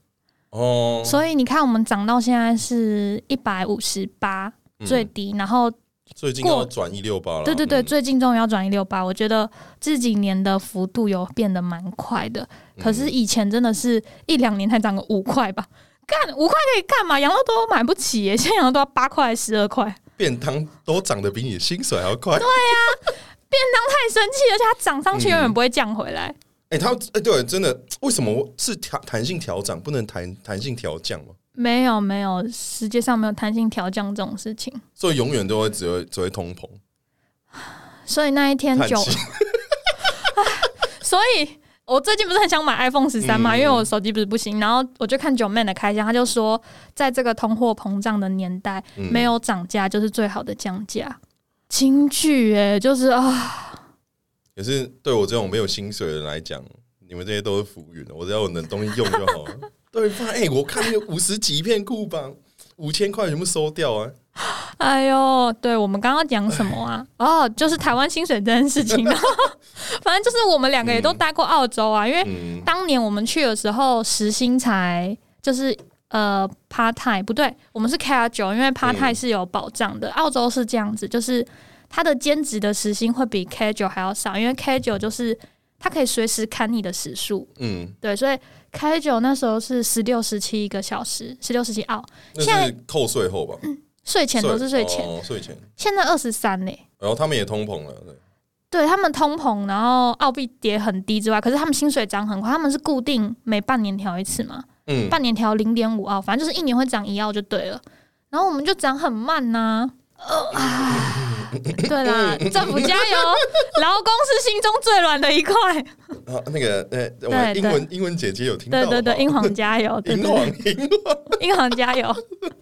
B: 嗯哦，
A: 所以你看我们涨到现在是一百五十八
B: 嗯
A: 最低，然后
B: 最近
A: 过
B: 要转一六八了。
A: 对对对，
B: 嗯
A: 最近终于要转一六八，我觉得这几年的幅度有变得蛮快的。
B: 嗯
A: 可是以前真的是一两年才涨个五块吧，干五块可以干嘛？羊肉都买不起耶，现在羊肉都要八块、十二块，太
B: 便当都涨得比你的薪水还要快。
A: 生气了，而且它涨上去永远
B: 嗯
A: 不会降回来。
B: 哎、他哎、对，真的，为什么我是调弹性调涨，不能弹弹性调降吗？
A: 没有没有，世界上没有弹性调降这种事情。
B: 所以永远都会只会只会通膨。
A: 所以那一天
B: 叹
A: 九，
B: 气
A: 所以我最近不是很想买 iPhone 十三嘛，
B: 嗯
A: 因为我手机不是不行，然后我就看九妹的开箱，他就说，在这个通货膨胀的年代，
B: 嗯
A: 没有涨价就是最好的降价。金句哎，就是啊，
B: 可是对我这种没有薪水的人来讲，你们这些都是浮云，我只要有能东西用就好 了。对吧？哎、我看那个五十几片库吧，五千块全部收掉啊！
A: 哎呦，对我们刚刚讲什么啊？
B: 哎
A: 哦，就是台湾薪水这件事 情。然后反正就是我们两个也都待过澳洲啊，因为
B: 嗯，
A: 当年我们去的时候，时薪才就是呃 part time 不对，我们是 care 九，因为 part time
B: 嗯
A: 是有保障的。澳洲是这样子，就是它的兼职的时薪会比 care 九还要少，因为 care 九就是它可以随时砍你的时数，
B: 嗯，
A: 对，所以 care 九那时候是十六十七一个小时，十六十七澳，
B: 那是扣税后吧？
A: 税前都是税前，
B: 哦，税前
A: 现在二十三嘞，
B: 然后他们也通膨了，对
A: 对他们通膨，然后澳币跌很低之外，可是他们薪水涨很快，他们是固定每半年调一次嘛，
B: 嗯，
A: 半年调零点五澳，反正就是一年会涨一澳就对了。然后我们就涨很慢呐、呃啊，对啦，政府加油，劳工是心中最软的一块，
B: 啊，那个呃，我们
A: 对
B: 英文英文姐姐有听到
A: 对
B: 好不好，
A: 对对，英皇加油，对
B: 英
A: 对对
B: 皇，英皇
A: 银行加油！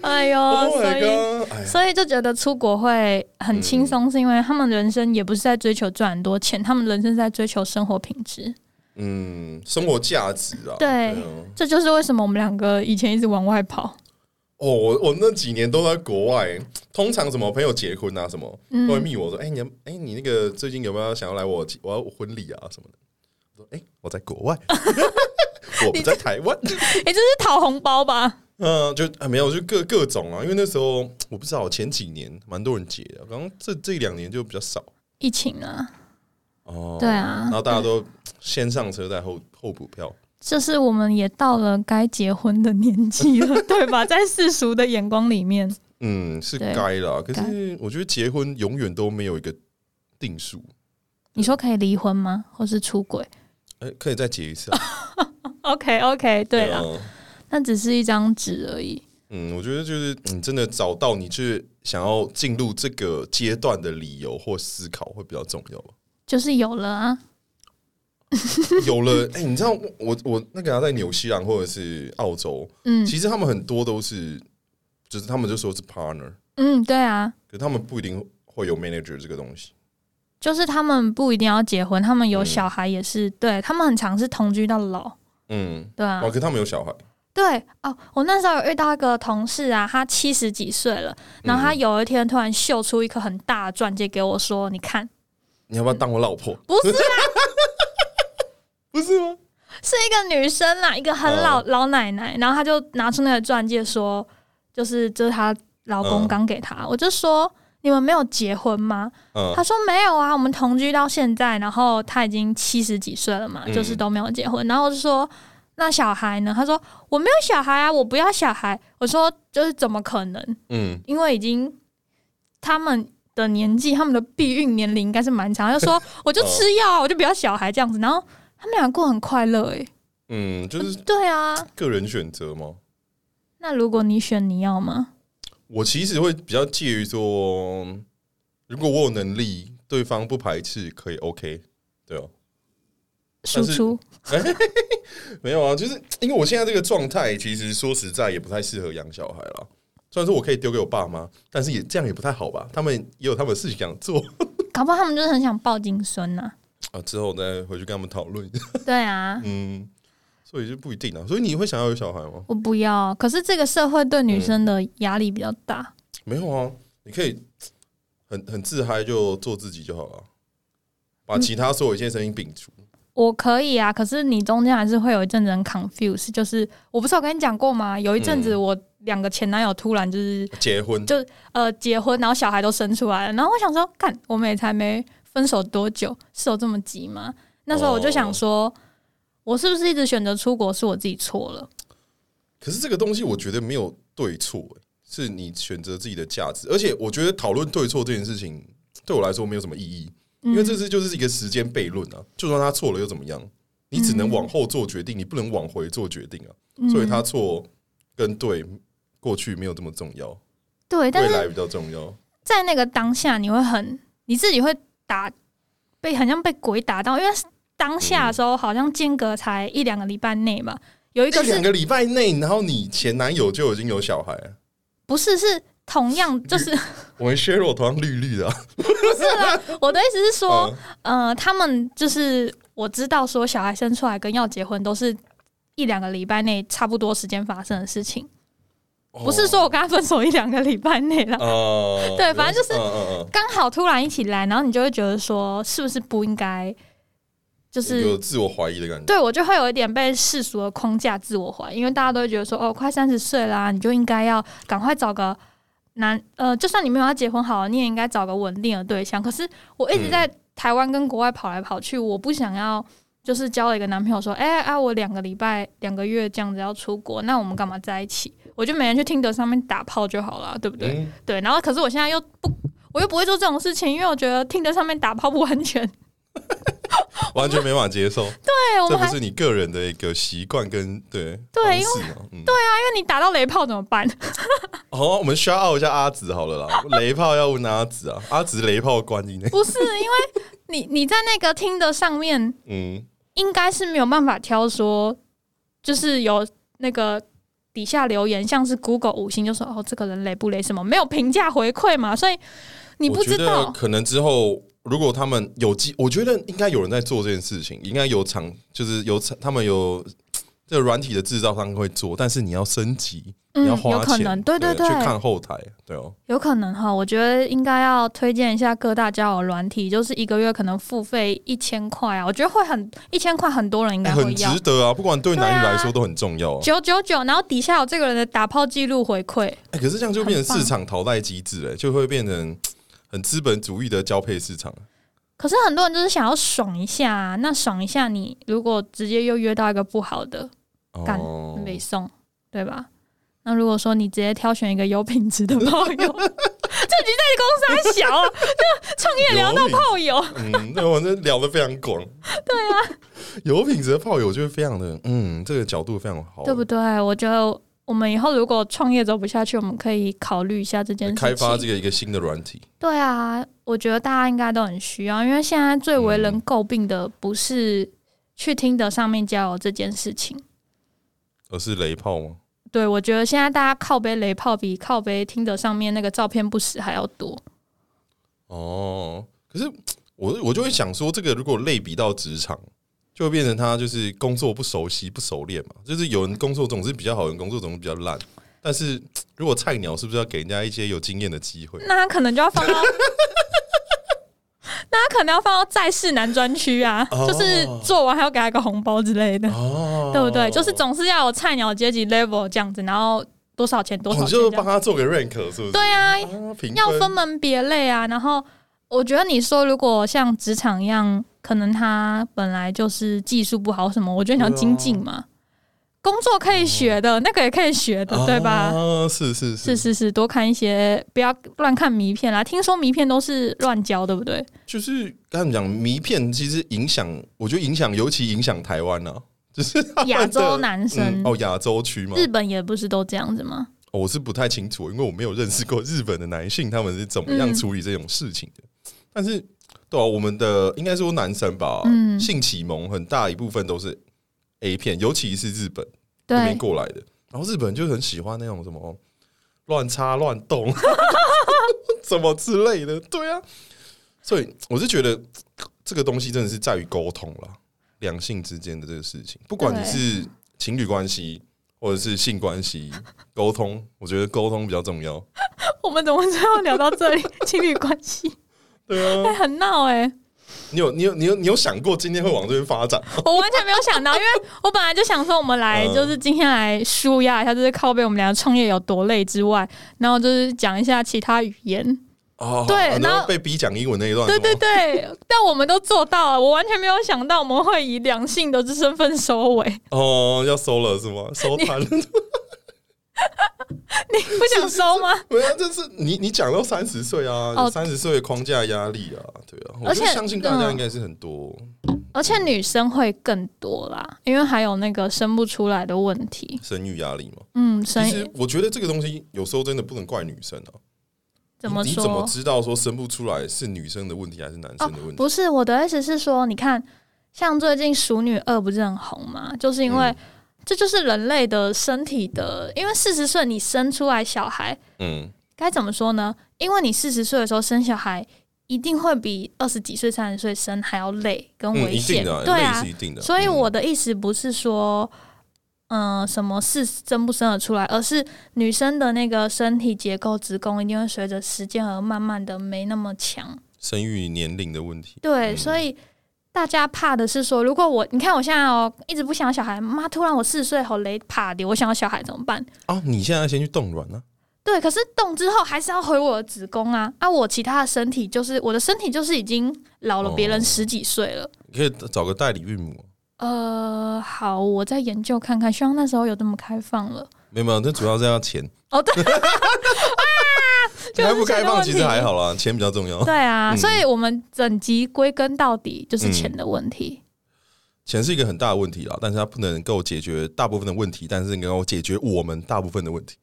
A: 哎呦，
B: ，Oh
A: 所
B: my
A: 以
B: god！哎呀，
A: 所以就觉得出国会很轻松，是因为他们人生也不是在追求赚很多钱，他们人生是在追求生活品质。
B: 嗯，生活价值啊，
A: 对
B: 啊
A: 这就是为什么我们两个以前一直往外跑。
B: 哦，我我那几年都在国外，通常什么朋友结婚啊，什么
A: 嗯
B: 都会密我说，哎、你要哎、你那个最近有没有想要来我我要婚礼啊什么的？我说，哎、我在国 外，我不在台湾，
A: 也、这是讨红包吧？
B: 嗯、就、啊、没有就各各种啊，因为那时候我不知道前几年蛮多人结的，刚刚这这两年就比较少
A: 疫情啊，
B: 哦，
A: 对，啊
B: 然，后大家都先上车再后后补票，
A: 就是我们也到了该结婚的年纪了，对吧？在世俗的眼光里面，
B: 嗯，是
A: 对
B: 该啦，可是我觉得结婚永远都没有一个定数，
A: 你说可以离婚吗？或是出轨
B: 哎、可以再结一次、啊，
A: ？OK OK，对了，
B: 啊
A: 那只是一张纸而已。
B: 嗯，我觉得就是你真的找到你去想要进入这个阶段的理由或思考会比较重要吧。
A: 就是有了啊，
B: 有了，哎、你知道我我我那个、啊、在纽西兰或者是澳洲，
A: 嗯
B: 其实他们很多都是，就是他们就说是 partner，
A: 嗯，对啊，
B: 可他们不一定会有 manager 这个东西。
A: 就是他们不一定要结婚，他们有
B: 嗯
A: 小孩也是，对他们很常是同居到老，
B: 嗯，
A: 对啊
B: 哦，，可他们有小孩，
A: 对哦，我那时候有遇到一个同事啊，他七十几岁了，
B: 嗯
A: 然后他有一天突然秀出一颗很大的钻戒给我说，你看，
B: 你要不要当我老婆？
A: 不是啊，
B: 不是吗？
A: 是一个女生啊啦，一个很老、
B: 哦
A: 老奶奶，然后他就拿出那个钻戒说，就是这、是她老公
B: 嗯
A: 刚给她，我就说你们没有结婚吗？
B: 嗯
A: 他说没有啊，我们同居到现在，然后他已经七十几岁了嘛，
B: 嗯
A: 就是都没有结婚。然后我就说那小孩呢？他说我没有小孩啊，我不要小孩。我说就是怎么可能？
B: 嗯，
A: 因为已经他们的年纪，他们的避孕年龄应该是蛮长。他就说我就吃药啊，我就不要小孩这样子。然后他们俩过得很快乐诶、
B: 嗯，就是
A: 对啊，
B: 个人选择吗？
A: 那如果你选，你要吗？
B: 我其实会比较介于说，如果我有能力，对方不排斥，可以 OK，对哦、
A: 输
B: 是
A: 出
B: 没有啊，就是因为我现在这个状态，其实说实在也不太适合养小孩啦。虽然说我可以丢给我爸妈，但是也这样也不太好吧？他们也有他们的事情想做
A: 搞不好他们就是很想抱金孙呐、
B: 啊。之后我再回去跟他们讨论。
A: 对啊，
B: 嗯，所以就不一定啊。所以你会想要有小孩吗？
A: 我不要。可是这个社会对女生
B: 嗯
A: 的压力比较大，
B: 没有啊，你可以很很自嗨，就做自己就好了，把其他所有一些声音摒除。
A: 我可以啊。可是你中间还是会有一阵子很 confuse，就是我不是有跟你讲过吗？有一阵
B: 嗯
A: 子我两个前男友突然就是、
B: 结婚
A: 就呃结婚，然后小孩都生出来了，然后我想说，看我们也才没分手多久，是有这么急吗？那时候我就
B: 哦
A: 想说，我是不是一直选择出国是我自己错了？
B: 可是这个东西，我觉得没有对错、欸是你选择自己的价值。而且我觉得讨论对错这件事情，对我来说没有什么意义，
A: 嗯
B: 因为这是就是一个时间悖论啊。就算他错了又怎么样？你只能往后做决定，你不能往回做决定啊。
A: 嗯
B: 所以他错跟对，过去没有这么重要，
A: 对，但
B: 未
A: 是
B: 来比较重要。
A: 在那个当下，你会很你自己会打被，很像被鬼打到，因为当下的时候好像间隔才一两个礼拜内嘛，有一个
B: 一两
A: 是
B: 个礼拜内，然后你前男友就已经有小孩了，
A: 不是是同样就是
B: 我们削弱同样绿绿的、啊。
A: 不是啦？我的意思是说，
B: 嗯
A: 呃，他们就是我知道说小孩生出来跟要结婚都是。一两个礼拜内差不多时间发生的事情，不是说我跟他分手一两个礼拜内了，
B: 嗯哦，呃
A: 对反正就是
B: 嗯嗯嗯
A: 刚好突然一起来，然后你就会觉得说是不是不应该，就是
B: 有自我怀疑的感觉。
A: 对我就会有一点被世俗的框架自我怀疑，因为大家都会觉得说，哦，快三十岁啦，你就应该要赶快找个男，呃，就算你没有要结婚好了，你也应该找个稳定的对象。可是我一直在台湾跟国外跑来跑去，我不想要。就是交了一个男朋友，说，哎、啊，我两个礼拜、两个月这样子要出国，那我们干嘛在一起？我就每天去听得上面打炮就好了，对不对？
B: 嗯
A: 对，然后可是我现在又不，我又不会做这种事情，因为我觉得听得上面打炮不安全。
B: 完全没办法接受。
A: 对，我
B: 这
A: 们
B: 不
A: 还
B: 是你个人的一个习惯跟对
A: 对啊
B: 方式嘛嗯，
A: 那你打到雷炮怎么办？
B: 好，我们 s h o u 一下阿紫好了啦， 雷炮要问阿紫啊，阿紫雷炮关你呢？
A: 不是因为你你在那个听的上面，
B: 嗯，
A: 应该是没有办法挑说，就是有那个底下留言，像是 Google 五星就说哦，这个人雷不雷什么，没有评价回馈嘛，所以你不
B: 我觉
A: 知
B: 得
A: 道。
B: 可能之后如果他们有机，我觉得应该有人在做这件事情，应该有厂就是有厂他们有这个软体的制造商会做，但是你要升级，你要
A: 嗯，有
B: 花
A: 可
B: 钱，
A: 能，对对对，
B: 对去看后台，对哦，
A: 有可能哈。我觉得应该要推荐一下各大交友软体，就是一个月可能付费一千块啊，我觉得会很一千块，很多人应该
B: 哎
A: 会
B: 很
A: 要
B: 值得啊，不管对男女
A: 对啊
B: 来说都很重要啊。
A: 九九九，然后底下有这个人的打炮记录回馈，
B: 哎、可是这样就变成
A: 很
B: 市
A: 棒
B: 场淘汰机制了、哎就会变成很资本主义的交配市场。
A: 可是很多人就是想要爽一下、啊，那爽一下你如果直接又约到一个不好的，干
B: 哦
A: 没送，对吧？那如果说你直接挑选一个有品质的炮友，这集在 公司还小、啊，这创业聊到炮友，
B: 嗯，那我这聊得非常 广。对啊，有品质的炮友就是非常的，嗯，这个角度非常好，
A: 对不对？我觉得我们以后如果创业走不下去，我们可以考虑一下这件事情。
B: 开发这个一个新的软体，
A: 对啊，我觉得大家应该都很需要，因为现在最为
B: 嗯
A: 人诟病的不是去听的上面交友这件事情。
B: 而是雷炮吗？
A: 对，我觉得现在大家靠背雷炮比靠背听的上面那个照片不实还要多。
B: 哦，可是我我就会想说，这个如果类比到职场，就会变成他就是工作不熟悉、不熟练嘛。就是有人工作总是比较好，有人工作总是比较烂。但是如果菜鸟，是不是要给人家一些有经验的机会？
A: 那他可能就要放 到，那他可能要放到在世男专区啊，
B: 哦
A: 就是做完还要给他一个红包之类的，
B: 哦，
A: 对不对？就是总是要有菜鸟阶级 level 这样子，然后多少钱多
B: 哦
A: 少
B: 你
A: 钱
B: 就
A: 这
B: 是
A: 样
B: 帮。他做个 rank 是不是？
A: 对啊，
B: 啊，评
A: 要分
B: 分
A: 门别类啊。然后我觉得你说，如果像职场一样，可能他本来就是技术不好什么，我就很
B: 啊
A: 想精进嘛。工作可以学
B: 哦
A: 的，那个也可以学的，对吧？
B: 啊，是是
A: 是是是，多看一些，不要乱看名片啦。听说名片都是乱交，对不 对？
B: 就是刚才你讲迷片，其实影响，我觉得影响，尤其影响台湾啊，就是他们的
A: 亚洲男生
B: 嗯、哦，亚洲区嘛、
A: 日本也不是都这样子吗？
B: 哦我是不太清楚，因为我没有认识过日本的男性，他们是怎么样
A: 嗯
B: 处理这种事情的。但是，对啊，我们的应该说男生吧，
A: 嗯
B: 性启蒙很大一部分都是 A 片，尤其是日本那边
A: 对，
B: 过来的。然后日本人就很喜欢那种什么乱插乱动， 什么之类的。对啊，所以我是觉得这个东西真的是在于沟通啦，两性之间的这个事情，不管你
A: 对
B: 是情侣关系或者是性关系，沟通，我觉得沟通比较重要。
A: 我们怎么最后聊到这里？ 情侣关系
B: 对
A: 哎、
B: 啊，
A: 很闹哎、
B: 你有你有你有你有想过今天会往这边发展？
A: 我完全没有想到，因为我本来就想说，我们来
B: 嗯
A: 就是今天来舒压一下，就是靠背我们俩创业有多累之外，然后就是讲一下其他语言。
B: 哦，
A: 对
B: 然
A: 然
B: 后
A: 后
B: 被逼讲英文那一段是
A: 对
B: 吗，
A: 对对，但我们都做到了，我完全没有想到我们会以两性的身份收尾，
B: 哦，要收了是吗？收摊了。
A: 不想收吗？
B: 没有，就是你你讲到三十岁啊，
A: 哦
B: 有三十岁的框架压力啊，对啊，我
A: 而
B: 就
A: 且
B: 相信大家应该是很多，
A: 而且女生会更多啦，因为还有那个生不出来的问题。
B: 生育压力嘛。
A: 嗯，所
B: 其
A: 以
B: 实我觉得这个东西有时候真的不能怪女生啊，
A: 怎么
B: 你你怎么
A: 说？
B: 知道说生不出来是女生的问题还是男生的问题？
A: 不是我的意思是说，你看，像最近《熟女二》不是很红嘛，就是因为、
B: 嗯
A: 这就是人类的身体的，因为四十岁你生出来小孩
B: 嗯，
A: 该怎么说呢？因为你四十岁的时候生小孩，一定会比二十几岁、三十岁生还要累跟
B: 嗯，
A: 危
B: 一定
A: 险，
B: 的啊，
A: 对
B: 累
A: 啊
B: 是。一定的啊。
A: 所以
B: 嗯
A: 我的意思不是说，嗯、什么是生不生得出来，而是女生的那个身体结构、子宫一定会随着时间而慢慢的没那么强。
B: 生育年龄的问题，
A: 对，
B: 嗯
A: 所以大家怕的是说，如果我你看我现在哦，一直不想要小孩，妈突然我四十岁好雷怕的，我想要小孩怎么办？
B: 啊，你现在先去冻卵啊呢？
A: 对，可是动之后还是要回我的子宫啊，啊，我其他的身体就是我的身体就是已经老了别人
B: 哦
A: 十几岁了。
B: 你可以找个代理孕母啊。
A: 呃，好，我再研究看看，希望那时候有这么开放了。
B: 没有没有，这主要是要钱。
A: 哦哦，对，啊，就
B: 开
A: 是
B: 不开
A: 钱的
B: 放
A: 问
B: 其
A: 题。
B: 实还好啦，钱比较重要。
A: 对啊，
B: 嗯
A: 所以我们整集归根到底就是钱的问题。
B: 钱是一个很大的问题啦，但是它不能够解决大部分的问题，但是能够解决我们大部分的问题。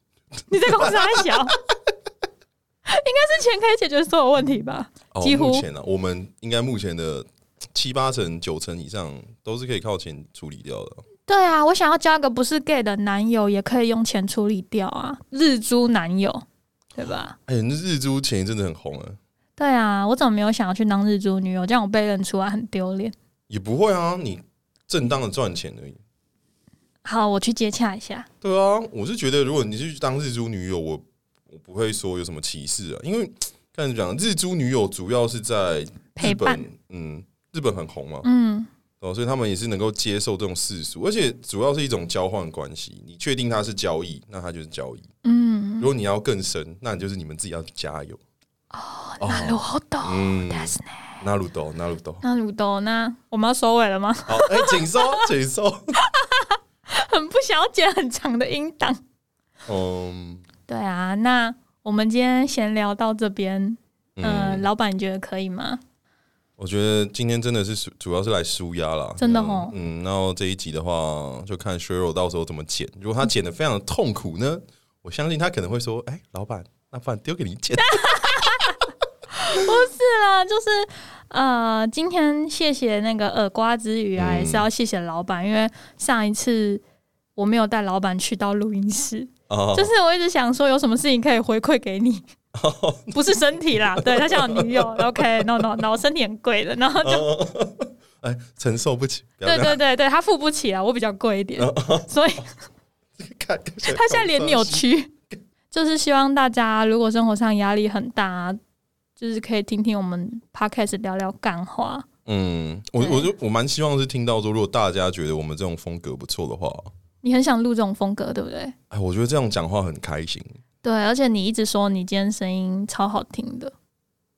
A: 你这公司还 小，应该是钱可以解决所有问题吧？
B: 哦，
A: 几乎
B: 目前呢、我们应该目前的七八成、九成以上都是可以靠钱处理掉的。
A: 对啊，我想要交一个不是 gay 的男友，也可以用钱处理掉啊，日租男友，对吧？
B: 哎、那日租前一阵子很红啊，
A: 对啊，我怎么没有想要去当日租女友？这样我被认出来很丢脸。
B: 也不会啊，你正当的赚钱而已。
A: 好，我去接洽一下。
B: 对啊，我是觉得如果你去当日租女友，我我不会说有什么歧视啊，因为跟你讲，日租女友主要是在日
A: 陪伴
B: 本，嗯，日本很红嘛，
A: 嗯，
B: 哦，所以他们也是能够接受这种世俗，而且主要是一种交换关系。你确定它是交易，那它就是交易；
A: 嗯
B: 如，果你要更深，那你就是你们自己要加油。哦
A: 那鲁豆，
B: 嗯，
A: 但是呢，
B: 那鲁斗，那鲁斗，
A: 那鲁豆，那我们要收尾了吗？
B: 好，哎、请收，请收。
A: 很不想要剪很长的音档。
B: 嗯，
A: 对啊，那我们今天闲聊到这边，嗯、
B: 嗯
A: 老板你觉得可以吗？
B: 我觉得今天真的是舒主要是来舒压啦，
A: 真的哦
B: 嗯，嗯然后这一集的话，就看 Sheryl 到时候怎么剪。如果他剪的非常痛苦呢，我相信他可能会说：“哎、老板，那不然丢给你剪。
A: 是啦，啊就是呃，今天谢谢那个耳瓜之鱼啊，
B: 嗯
A: 也是要谢谢老板，因为上一次我没有带老板去到录音室，”
B: 哦，
A: 就是我一直想说有什么事情可以回馈给 你，不是身体啦，对他像女友，OK，no no no，身体很贵的，然后就
B: 哦哎、承受不起，不要
A: 对
B: 这样
A: 对对对，他付不起啊，我比较贵一点，
B: 哦
A: 所以
B: 看
A: 他现在脸扭曲。就是希望大家如果生活上压力很大，就是可以听听我们 podcast 聊聊干话。
B: 嗯，我
A: 对
B: 我就我蛮希望是听到说，如果大家觉得我们这种风格不错的话，
A: 你很想录这种风格，对不对？
B: 哎，我觉得这样讲话很开心。
A: 对，而且你一直说你今天声音超好听的，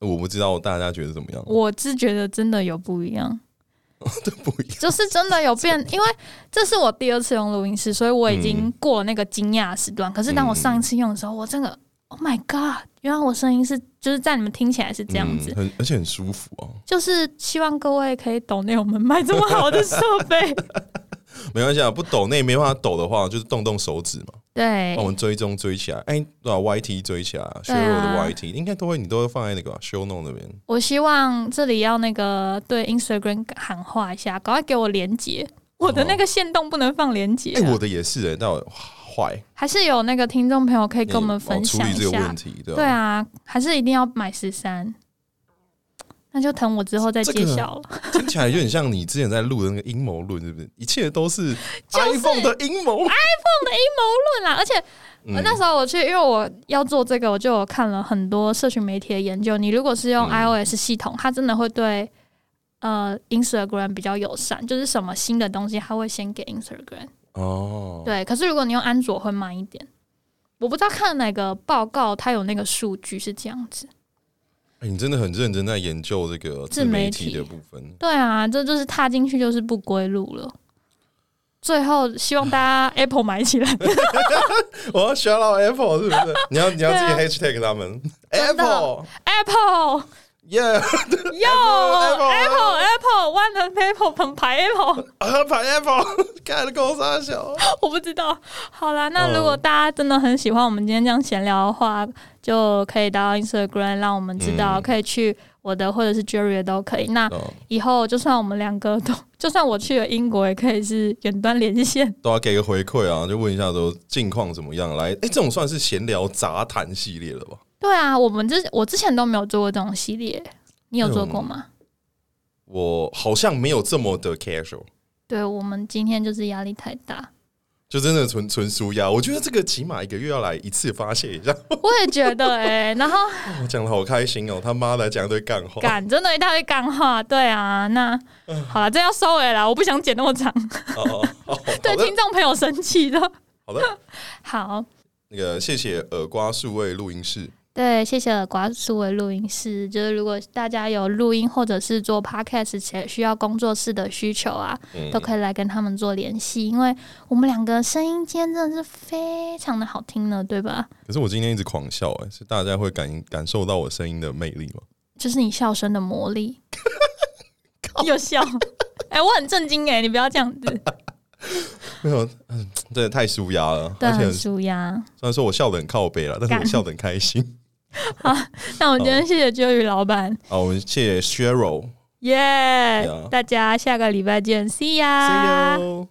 B: 我不知道大家觉得怎么样，
A: 我是觉得真的有不一样，
B: 都不一样。
A: 就是真的有变，因为这是我第二次用录音室，所以我已经
B: 嗯
A: 过了那个惊讶的时段。可是当我上一次用的时候，我真的 Oh my God！原来我声音是就是在你们听起来是这样子，
B: 嗯很而且很舒服啊。
A: 就是希望各位可以懂内我们买这么好的设 备。
B: 没关系啊，不抖那也没办法抖的话，就是动动手指嘛，
A: 对
B: 帮哦我，们追踪追起来。哎、对啊，YT 追起来啊，学
A: 哎对
B: 我
A: 啊
B: 的 YT 应该都会，你都会放在那个啊 show note 那边。
A: 我希望这里要那个对 Instagram 喊话一下，赶快给我连接。我的那个线动不能放连啊接、
B: 哦哎、我的也是哎、那我坏，
A: 还是有那个听众朋友可以跟我们
B: 你哦
A: 分
B: 处
A: 享
B: 理
A: 一
B: 这个问
A: 下。
B: 题，哦对吧、
A: 对啊，还是一定要买十三，那就等我之后再揭晓 了。
B: 听起来有点像你之前在录的那个阴谋论，是不是？一切都是
A: 就是
B: iPhone 的阴谋。
A: 论啦，而且、
B: 嗯
A: 那时候我去，因为我要做这个，我就有看了很多社群媒体的研究。你如果是用
B: 嗯
A: iOS 系统，它真的会对呃 Instagram 比较友善，就是什么新的东西，它会先给 Instagram。
B: 哦，
A: 对，可是如果你用安卓会慢一点。我不知道看哪个报告，它有那个数据是这样子。
B: 哎你真的很认真在研究这个
A: 自
B: 自
A: 媒
B: 媒
A: 体
B: 体的部分。
A: 对啊，这就是踏进去就是不归路了。最后，希望大家 Apple 买起来，
B: 我要学到 Apple 是不是？你要你要
A: 对啊
B: 自己 hashtag 他们
A: 真的
B: Apple
A: Apple
B: 耶，
A: 哟
B: Apple，Apple，
A: 哦 Apple Apple One and Apple 品牌 Apple，
B: 合盘 Apple 开了够傻小。
A: 我不知道。好啦，那
B: 嗯
A: 如果大家真的很喜欢我们今天这样闲聊的话，就可以到 Instagram 让我们知道，
B: 嗯
A: 可以去我的或者是 Jerry 的都可以。那
B: 哦
A: 以后就算我们两个都，就算我去了英国，也可以是远端连线。
B: 都要给个回馈啊，就问一下都近况怎么样。来，哎、这种算是闲聊杂谈系列了吧？
A: 对啊，我们之我之前都没有做过这种系列，你有做过吗？
B: 我好像没有这么的 casual，
A: 对我们今天就是压力太大，
B: 就真的纯纯舒压。我觉得这个起码一个月要来一次发泄一下。
A: 我也觉得哎、然后
B: 我讲的好开心哦，他妈的讲一堆干话。
A: 干真的一大堆干话，对啊，那好了，这要收尾了，我不想剪那么长，
B: 哦哦，嗯好好
A: 对
B: 的
A: 听众朋友生气的。
B: 好的。
A: 好，
B: 那个谢谢耳瓜数位录音室，
A: 对，谢谢瓜苏维录音室。就是如果大家有录音或者是做 podcast 且需要工作室的需求啊，
B: 嗯
A: 都可以来跟他们做联系，因为我们两个声音间真的是非常的好听呢，对吧？
B: 可是我今天一直狂笑、哎，是大家会感感受到我声音的魅力吗？
A: 就是你笑声的魔 力，又笑。哎、我很震惊哎、你不要这样子，
B: 没有，嗯，真的太舒压了，
A: 对，啊
B: 而且
A: 很
B: 很
A: 舒压。
B: 虽然说我笑得很靠背了，但是我
A: 干
B: 笑得很开心。
A: 那我今天谢谢秋雨老板，
B: 好，我们谢谢 Cheryl，See
A: 耶、
B: Yeah
A: 大家下个礼拜见，See ya。
B: you。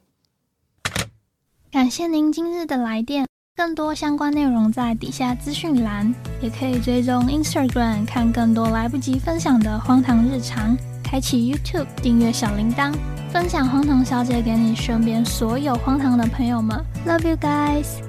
C: 感谢您今日的来电，更多相关内容在底下资讯栏，也可以追踪 Instagram 看更多来不及分享的荒唐日常，开启 YouTube 订阅小铃铛，分享荒唐小姐给你身边所有荒唐的朋友们，Love you guys。